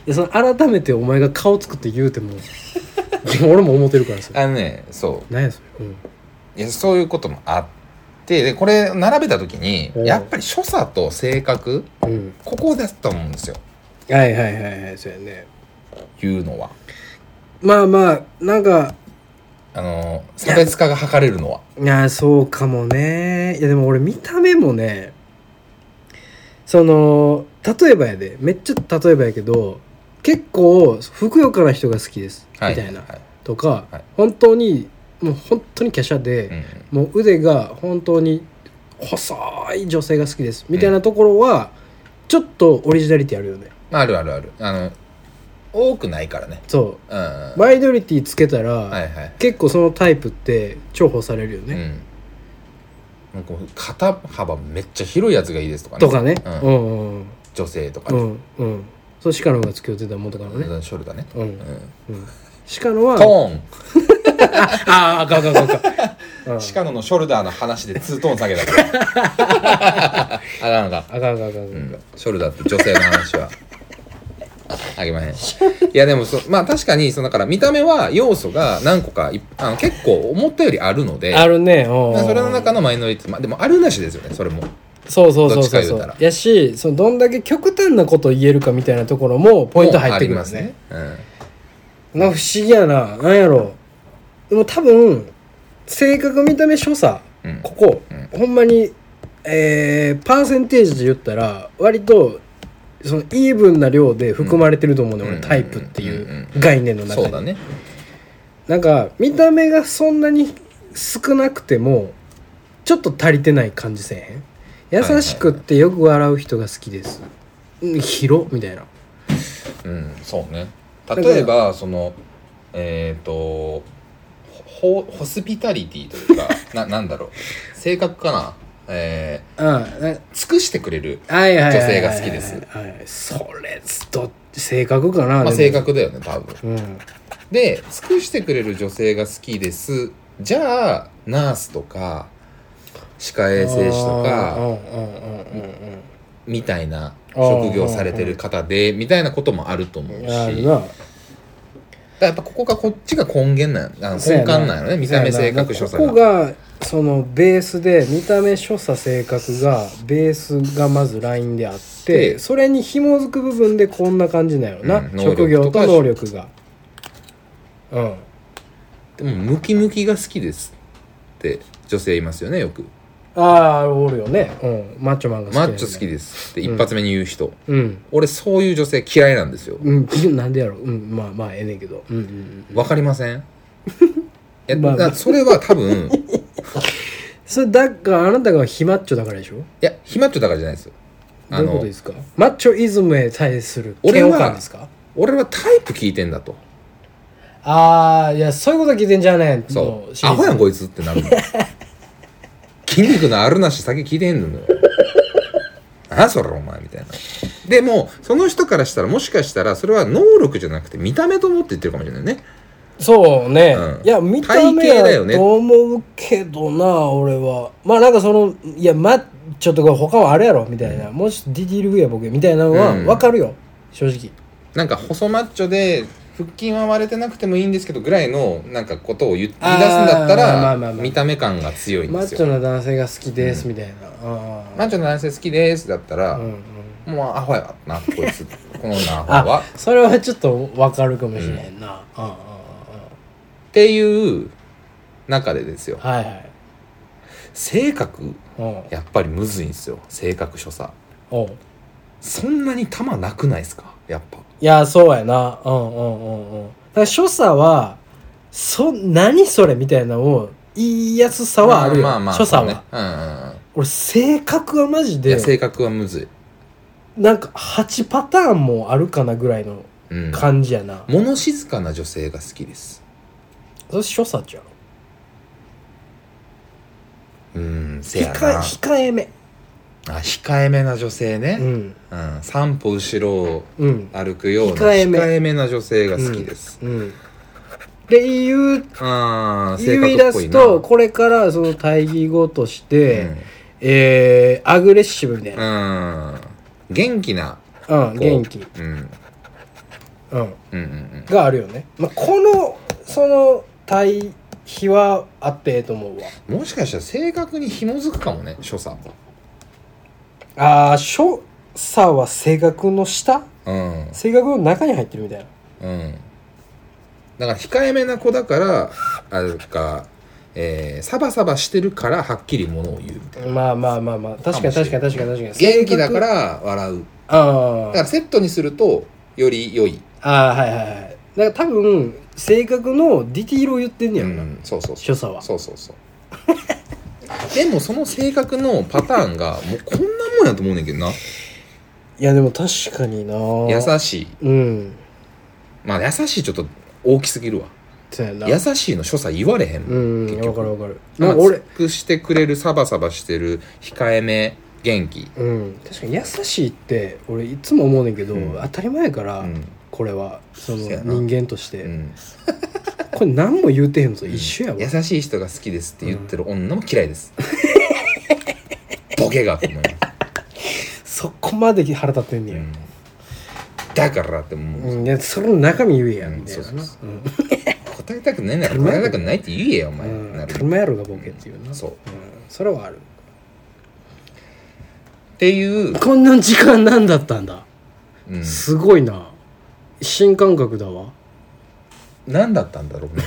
S2: でその改めてお前が顔作って言う ても俺も思ってるからさ
S1: あのねそ
S2: 何やそれ、うん、
S1: ういやそういうこともあってでこれ並べた時に
S2: うん
S1: やっぱり所作と性格
S2: うん、
S1: ここだと思うんですよ
S2: はいはいはいはいそうやね
S1: 言うのは。
S2: まあまあなんか
S1: あの差別化が図れるのは。
S2: いやそうかもねいやでも俺見た目もねその例えばやでめっちゃ例えばやけど結構ふくよかな人が好きです、みたいな、
S1: はい
S2: とか、
S1: はい
S2: 本当にもう本当に華奢で、
S1: う
S2: もう腕が本当に細い女性が好きですみたいなところは、ちょっとオリジナリティあるよね
S1: ん、あるあるあるあの多くないからね
S2: そ
S1: うん
S2: うマイノリティつけたら、
S1: はいはい
S2: 結構そのタイプって重宝されるよ
S1: う
S2: ね、
S1: んなんか肩幅めっちゃ広いやつがいいですとかね
S2: とかね、
S1: う、
S2: うんんうんうん
S1: 女性とか
S2: う
S1: ね、
S2: んうんそう鹿野が付き合ってた元からね
S1: ショルダーね、
S2: う
S1: うんん、
S2: うん鹿野は
S1: トーン
S2: あああかんあかんあかんうん
S1: 鹿野のショルダーの話でツートーン下げたから あらなんか
S2: あかんあかんあかんあ
S1: う
S2: かん
S1: ん、ショルダーって女性の話はあげまへんいやでもそまあ確かにそのだから見た目は要素が何個かいあの結構思ったよりあるので
S2: あるねうん
S1: まあそれの中のマイノリティまあでもあるなしですよねそれも
S2: そうそうそ
S1: ど
S2: うそ
S1: っ
S2: う
S1: ちか
S2: そ
S1: 言うた
S2: う
S1: ら
S2: やしそのどんだけ極端なことを言えるかみたいなところもポイント入ってくる
S1: もうありま
S2: んですすね
S1: ね、うん、
S2: なんか不思議やななんやろでも多分性格見た目所作
S1: うん
S2: ここ、
S1: う
S2: ほんまにえー、パーセンテージで言ったら割とそのイーブンな量で含まれてると思うね、
S1: うん
S2: 俺タイプってい
S1: んうんうん
S2: う概念の中に、
S1: そうだね
S2: なんか見た目がそんなに少なくてもちょっと足りてない感じせえへん優しくってよく笑う人が好きです、うん広みたいな
S1: うんそうね
S2: から
S1: 例えばそのえっ、とホホスピタリティというか ななんだろう性格かなえ
S2: ああな
S1: ー尽くしてくれる
S2: はいはいはいはい
S1: 女性が好きです
S2: はいそれど性格かな、
S1: ま
S2: で
S1: あ
S2: も
S1: 性格だよね多分
S2: うん
S1: で尽くしてくれる女性が好きですじゃあナースとか歯科衛生士と
S2: う
S1: か
S2: んうんうんうん
S1: みたいな
S2: あー
S1: 職業されてる方でみたいなこともあると思うし
S2: うん
S1: だ
S2: ある
S1: か
S2: な
S1: らやっぱここがこっちが根源なんあの
S2: そう
S1: 根
S2: や
S1: 幹なんよね見た目性格所
S2: 所
S1: 作
S2: ここがそのベースで見た目所作性格がベースがまずラインであって
S1: で
S2: それに紐づく部分でこんな感じなんやろな、
S1: うん
S2: 職業と
S1: 能
S2: 能力がうん
S1: でもムキムキが好きですって女性いますよねよく
S2: ああおるよね、うん、マッチョマンが好き
S1: マ
S2: だよね、
S1: ッチョ好きですって
S2: うん
S1: 一発目に言う人、
S2: うん
S1: 俺そういう女性嫌いなんですよ
S2: うん、 なんでやろう、うん、まあまあええねんけど、うんうんうん、
S1: わかりませ んえ、
S2: まあ
S1: だからそれは多分い
S2: それだからあなたが非マッチョだからでしょ
S1: やヒマッチョだからじゃないですよ
S2: どういうことですかマッチョイズムへ対する
S1: 俺
S2: 嫌
S1: は
S2: 悪感ですか
S1: 俺はタイプ聞いてんだと
S2: ああいやそういうこと聞いてんじゃねえん
S1: そ
S2: のシ
S1: うア
S2: リーズ
S1: ホやんこいつって なるの筋肉のあるなし先聞いてへんのよあそれお前みたいなでもその人からしたらもしかしたらそれは能力じゃなくて見た目と思って言ってるかもしれないね
S2: そうね、
S1: うん
S2: いや見た目
S1: 体型だよ
S2: や
S1: ね
S2: と思うけどな俺はまあなんかそのいやマッチョとか他はあれやろみたいな、もうちょっとディティールグや僕みたいなのは
S1: うん
S2: 分かるよ、正直
S1: なんか細マッチョで腹筋は割れてなくてもいいんですけどぐらいのなんかことを言い出すんだった
S2: あーまあまあま
S1: ら
S2: あ
S1: 見た目感が強いん
S2: マ
S1: で
S2: ッ
S1: す
S2: チョ
S1: よ
S2: な男性が好きですみたいな、ああ
S1: マッチョの男性好きですだったら、
S2: うんうん
S1: もうアホやなこい つこの女アホはっ
S2: それはちょっとわかるかもしれへんな、うん、うんうん
S1: ていう中でですよ
S2: うんはいはい
S1: 性格
S2: おう
S1: やっぱりむずいんですよ性格所作
S2: おう
S1: そんなに玉なくないですかやっぱ
S2: いやそうやなうんうんうんうんだから所作はそ何それみたいなのを言いやすさはあるよ、
S1: まあまあ
S2: 所作は、
S1: そうねうんうんうん
S2: 俺性格はマジ
S1: い
S2: で
S1: や性格はむずい、
S2: なんか8パターンもあるかなぐらいの
S1: うん、
S2: 感じやな、
S1: 物静かな女性が好きです
S2: それ所作ちゃう
S1: うんせや
S2: 控え
S1: な
S2: 控えめ
S1: あ控えめな女性
S2: う
S1: ね、
S2: ん
S1: うん三歩後ろを
S2: うん
S1: 歩くような
S2: 控えめ
S1: な女性が好きです、
S2: うんで言う
S1: ああ性格
S2: 言い
S1: っ
S2: 出
S1: ぽい
S2: す
S1: な
S2: とこれからその対義語とし
S1: う
S2: て、
S1: ん
S2: えー、アグレッシブみたいな
S1: うん元気な
S2: うん、
S1: 子
S2: 元気
S1: うん、うん
S2: うん
S1: うんうん
S2: があるよね、まあ、このその対比はあってええと思うわ
S1: もしかしたら性格に紐づくかもね所作
S2: ああ所作は性格の下
S1: うん
S2: 性格の中に入ってるみたいな
S1: うんだから控えめな子だからあれか、えー、サバサバしてるからはっきりものを言うみたいな
S2: まあまあまあまあ確かに確かに確かに確かに
S1: 元気だか
S2: 性
S1: ら笑う
S2: 格あ
S1: だ
S2: ー
S1: からセットにするとより良い、
S2: あーはいはいはいだから多分性格のディティールを言ってんねやろな、
S1: うんそうそうそう
S2: 所作は
S1: そうそうそう でもその性格のパターンがもうこんなもんやと思うねんけどない
S2: やでも確かにな
S1: 優しい
S2: うん
S1: まあ優しいちょっと大きすぎるわ
S2: そうやな
S1: 優しいの所作言われへんも
S2: うんん
S1: 結
S2: わ
S1: 局
S2: かるわかる
S1: な
S2: なんん
S1: か
S2: か
S1: 俺
S2: 俺
S1: くしてくれるサバサバしてる控えめ元気
S2: うん確かに優しいって俺いつも思うねんけど、
S1: うん
S2: 当たり前やから、
S1: うん
S2: これはその
S1: そうやな
S2: 人間として、
S1: うん
S2: これ何も言うてへんぞ、一緒やわ
S1: 優しい人が好きですって言ってる女も嫌いです、 ボケがと思います、
S2: そこまで腹立ってんね
S1: う
S2: や、
S1: んだからってもう、
S2: うん、いやそれの中身言えやみたいな
S1: うん
S2: な
S1: そう
S2: うん
S1: 答えたくないなら答えたくないって言えよお前、
S2: うん
S1: な
S2: 当
S1: る
S2: たり前やろがボケっていうな、
S1: そうっ
S2: うんそれはある
S1: ていう、
S2: こんな時間なんだったんだ、
S1: うん、
S2: すごいな新感覚だわ
S1: 何だったんだろうね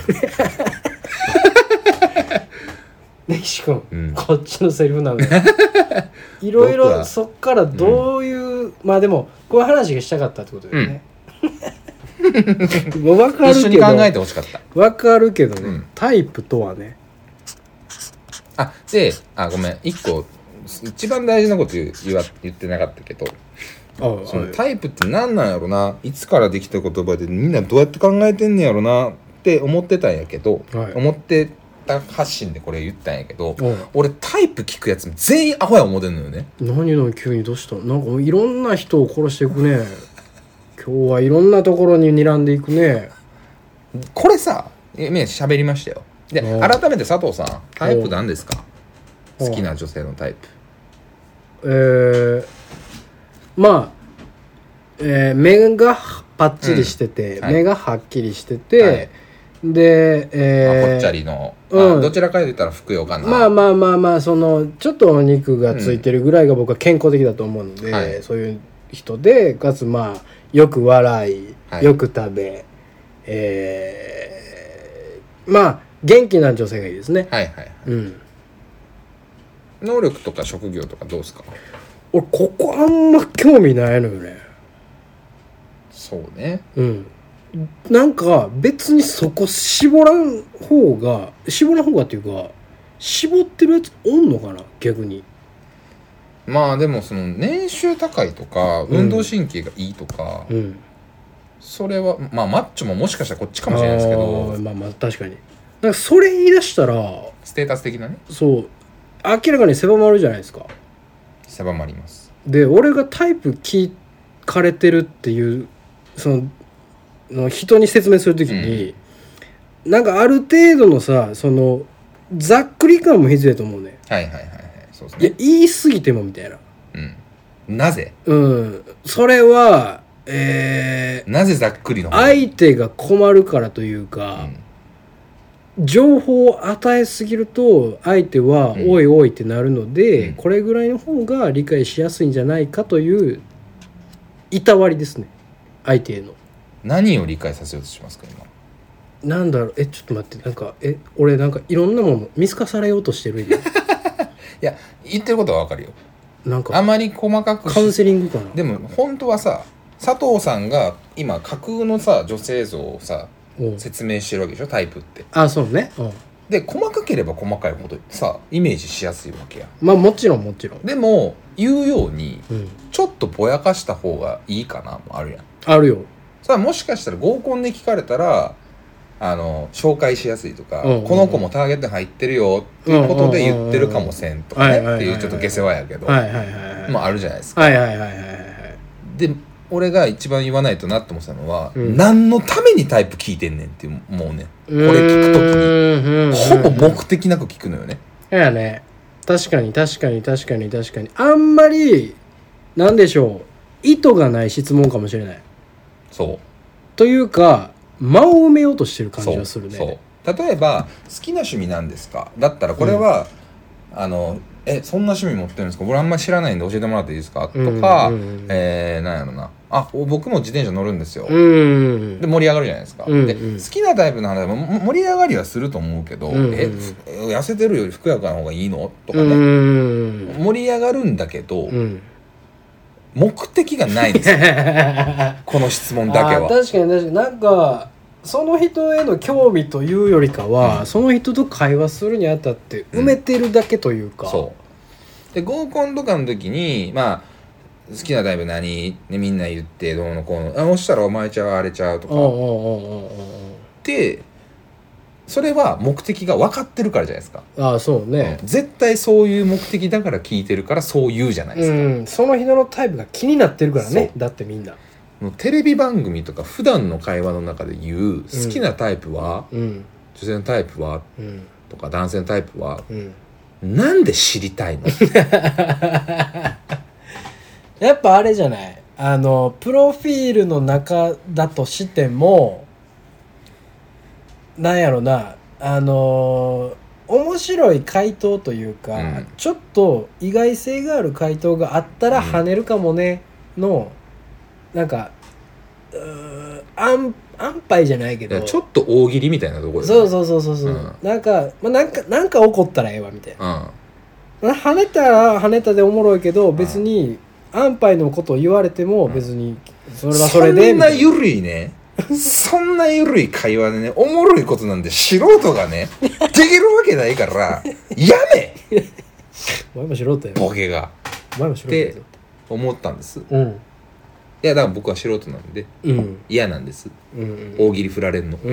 S2: ね岸君、
S1: うん
S2: こっちのセリフなのよ いろ
S1: 僕
S2: いろ
S1: は
S2: そっからどういう、まあでもこういう話がしたかったってことだよね、 もう分かる
S1: 一緒
S2: け
S1: に考
S2: ど
S1: えてほしかった
S2: 分かるけどね、
S1: うん
S2: タイプとはね
S1: あであごめん一個一番大事なこと言う言わ言ってなかったけど
S2: あ
S1: そのタイプって何なんやろないつからできた言葉でみんなどうやって考えてんねやろなって思ってたんやけど、
S2: はい
S1: 思ってた発信でこれ言ったんやけど
S2: おい
S1: 俺タイプ聞くやつ全員アホや思ってんのよね
S2: 何の急にどうしたなんかいろんな人を殺していくね今日はいろんなところに睨んでいくね
S1: これさえね喋りましたよで
S2: おう
S1: 改めて佐藤さんタイプ何ですか
S2: おう
S1: 好きな女性のタイプ
S2: えー、まあえー目がパッチリしてて、
S1: うんはい
S2: 目がはっきりしてて、
S1: はい
S2: で、
S1: まあ
S2: えー
S1: ぽっちゃりの、
S2: うん
S1: まあどちらかと言ったらふくよかな
S2: まあまあまあまあそのちょっとお肉がついてるぐらいが僕は健康的だと思うので、
S1: はい
S2: そういう人でかつまあよく笑い、
S1: はい
S2: よく食べえーまあ元気な女性がいいですね、
S1: はいはいはい
S2: うん
S1: 能力とか職業とかどうですか
S2: 俺ここあんま興味ないのよね
S1: そうね
S2: うんなんか別にそこ絞らん方が絞らん方がっていうか絞ってるやつおんのかな逆に
S1: まあでもその年収高いとか
S2: ん
S1: 運動神経がいいとか、
S2: うん
S1: それはまあマッチョももしかしたらこっちかもしれないですけ
S2: あー
S1: ど
S2: まあまあ確かになんかそれ言い出したら
S1: ステータス的なね
S2: そう明らかに狭まるじゃないですか
S1: 狭まります
S2: で俺がタイプ聞かれてるっていうそのの人に説明するときに、なんかある程度のさそのざっくり感も必要だと思うね
S1: はいはいはいはいそうです
S2: いや
S1: ね
S2: 言い過ぎてもみたいな
S1: うんなぜ
S2: うんそれはえー
S1: なぜざっくりの方
S2: 相手が困るからというか、情報を与えすぎると相手は
S1: う
S2: 「
S1: ん
S2: おいおい」ってなるので、
S1: うん
S2: これぐらいの方が理解しやすいんじゃないかといういたわりですね相手への。
S1: 何を理解させようとしますか今
S2: なんだろうえちょっと待ってなんかえ俺なんかいろんなもの見透かされようとして る今
S1: いや言ってることはわかるよ
S2: なん
S1: あ
S2: か
S1: まり細かくし
S2: カウンセリングかな
S1: でも本当はさ佐藤さんが今架空のさ女性像をさ
S2: うん
S1: 説明してるわけでしょタイプって
S2: あそうね、うん、
S1: で細かければ細かいほどさイメージしやすいわけやん
S2: まあもちろんもちろん、
S1: でも言うように
S2: うん、
S1: ちょっとぼやかした方がいいかなもあるやん
S2: あるよ
S1: さあもしかしたら合コンで聞かれたらあの紹介しやすいとか、
S2: うんうんうん
S1: この子もターゲットに入ってるよっていうことで言ってるかもせんとかね
S2: うんうんうんう
S1: っ
S2: ん
S1: ていうちょっと下世話やけど、
S2: はいはいはいはい
S1: まああるじゃないですか
S2: はいはいはいはいはい
S1: で俺が一番言わないとなって思ってたのは、
S2: うん
S1: 何のためにタイプ聞いてんねんっていうもうね
S2: こ
S1: れ聞くときにほぼ
S2: も
S1: 目的なく聞くのよね
S2: いやね確かに確かに確かに確かにあんまりなんでしょう意図がない質問かもしれない
S1: そう
S2: というか間を埋めようとしてる感
S1: そ
S2: じ
S1: う
S2: がするね
S1: そう例えば「好きな趣味なんですか?」だったらこれは「あのえそんな趣味持ってるんですか俺あんまり知らないんで教えてもらっていいですか?」とか
S2: うんうんうんうん
S1: 「えー、なんやろなあお僕も自転車乗るんですよ」
S2: うん
S1: で盛り上がるじゃないですか、
S2: うんうん
S1: で好きなタイプの話もも盛り上がりはすると思うけど「
S2: うんうんうん
S1: えふ痩せてるよりふくやかな方がいいの?」とか
S2: う
S1: ね、
S2: ん
S1: 盛り上がるんだけど、
S2: うん
S1: 目的がないんですよこの質問だけ
S2: あー
S1: は。
S2: 確かに確かになんかその人への興味というよりかは、
S1: うん
S2: その人と会話するにあたって
S1: うん
S2: 埋めてるだけというか、
S1: そうで合コンとかの時にまあ好きなタイプ何、ね、みんな言ってどうのこうのあそしたらお前ちゃうあれちゃうと
S2: うん
S1: か
S2: うんうんうんうん
S1: でそれは目的が分かってるからじゃないですか、
S2: ああそうね、
S1: 絶対そういう目的だから聞いてるからそう言うじゃないですか、
S2: うん、その人のタイプが気になってるからねだってみんな
S1: もうテレビ番組とか普段の会話の中で言う好きなタイプは、
S2: うん
S1: 女性のタイプは
S2: うん
S1: とか男性のタイプは
S2: うん
S1: なんで知りたい の
S2: やっぱあれじゃないあのプロフィールの中だとしてもなんやろなあの面白い回答というか、
S1: うん
S2: ちょっと意外性がある回答があったら
S1: うん
S2: 跳ねるかもねの、なんかうー安安牌じゃないけ
S1: いや
S2: ど
S1: ちょっと大喜利みたいなところ
S2: そう
S1: う
S2: そうそうそうそう、
S1: うん
S2: なんか、まあ、なんかなんか怒ったらええわみたいな
S1: うん
S2: まあ跳ねたら跳ねたでおもろいけど別に安牌のことを言われても
S1: ん
S2: 別にそれはそれで
S1: ん
S2: み
S1: な
S2: たいな
S1: 緩いねそんな緩い会話でねおもろいことなんで素人がねできるわけないからやめ
S2: お前も素人やろ
S1: ボケが
S2: お前も素人やろ
S1: で思ったんですい
S2: うん
S1: やだから僕は素人なんで
S2: うん
S1: 嫌なんです
S2: うん
S1: 大喜利振られるの
S2: うん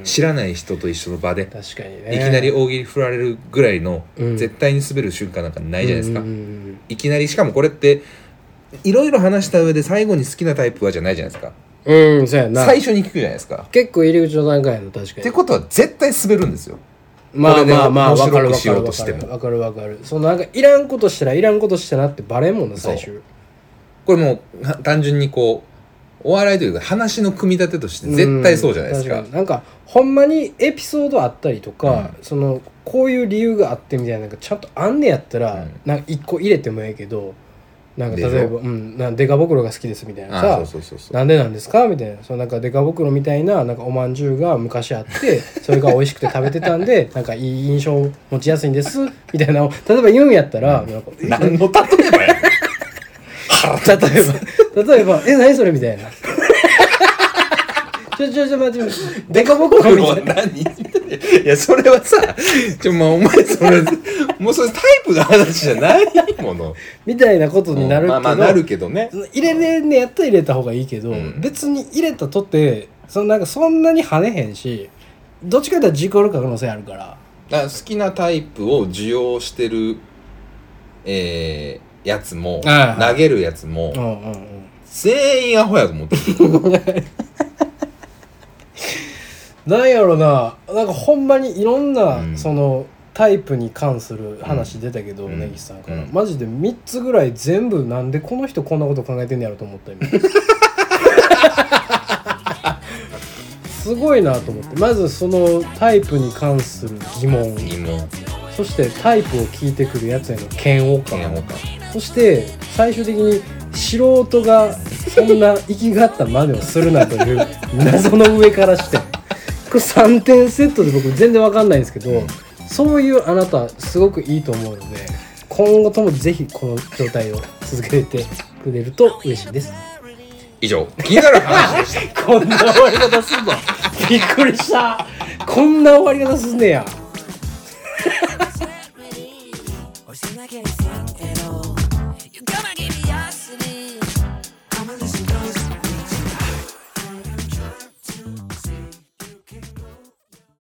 S2: うん
S1: 知らない人と一緒の場で
S2: 確かに
S1: い
S2: ね
S1: きなり大喜利振られるぐらいの
S2: うん
S1: 絶対に滑る瞬間なんかないじゃないですか
S2: うんうん
S1: いきなりしかもこれっていろいろ話した上で最後に好きなタイプはじゃないじゃないですか
S2: うんうんそうやな
S1: 最初に聞くじゃないですか
S2: 結構入り口の段階やの確か
S1: って
S2: に
S1: ことは絶対滑るんですよ
S2: ま
S1: こ
S2: あ
S1: れで
S2: まあまあ
S1: 面白
S2: わ
S1: く
S2: かるわ
S1: し
S2: か
S1: よう
S2: る
S1: と
S2: わ
S1: して
S2: か
S1: も
S2: るわかるわかるそのなんかいらんことしたらいらんことしたなってバレんもんな
S1: そう
S2: 最終
S1: これもうは単純にこうお笑いというか話の組み立てとして絶対そうじゃないですか,、
S2: うん確になんかほんまにエピソードあったりとか、そのこういう理由があってみたいななんかちゃんとあんねやったら、
S1: うん
S2: なんか一個入れてもええけどなんか
S1: でしょ
S2: 例えば「うん、なんかデカ袋が好きです」みたいな
S1: あ
S2: さ
S1: あそうそうそうそう
S2: なんでなんですかみたいなそのなんかデカ袋みたいななんかおまんじゅうが昔あ ってそれが美味しくて食べてたんでなんかいい印象を持ちやすいんですみたいなのを例えば言うんやったら、なんか
S1: 何の例えばや
S2: 例えば、例えば、え、何それみたいな。 ちょちょちょ待って、デカボコみたいな。
S1: 何いやそれはさちょまあお前それもうそれタイプの話じゃないもの
S2: みたいなことになるけど、
S1: まあまあなるけどね
S2: その入れれんねやったら入れた方がいいけど、
S1: うん
S2: 別に入れたとて、そのなんかそんなに跳ねへんし、どっちかというと事故る可能性あるから。
S1: だから好きなタイプを受容してるえーやつも
S2: ああ
S1: 投げるやつも
S2: うんうんうん。
S1: 全員アホやと思って る
S2: なんやろな、なんかほんまにいろんな、
S1: うん
S2: その、タイプに関する話出たけど、
S1: うん
S2: 根岸さんから、
S1: うん
S2: マジで3つぐらい全部なんでこの人こんなこと考えてんねやろと思った今すごいなと思ってまずそのタイプに関する疑問
S1: 疑問
S2: そしてタイプを聞いてくるやつへの嫌悪
S1: 嫌
S2: 感
S1: 悪感
S2: そして最終的に素人がそんな生きがったまでをするなという 謎の上からしてこれ3点セットで僕全然わかんないんですけどそういうあなたすごくいいと思うので今後ともぜひこの状態を続けてくれると嬉しいです
S1: 以上気になる話でした
S2: こんな終わり方すんのびっくりしたこんな終わり方すんねや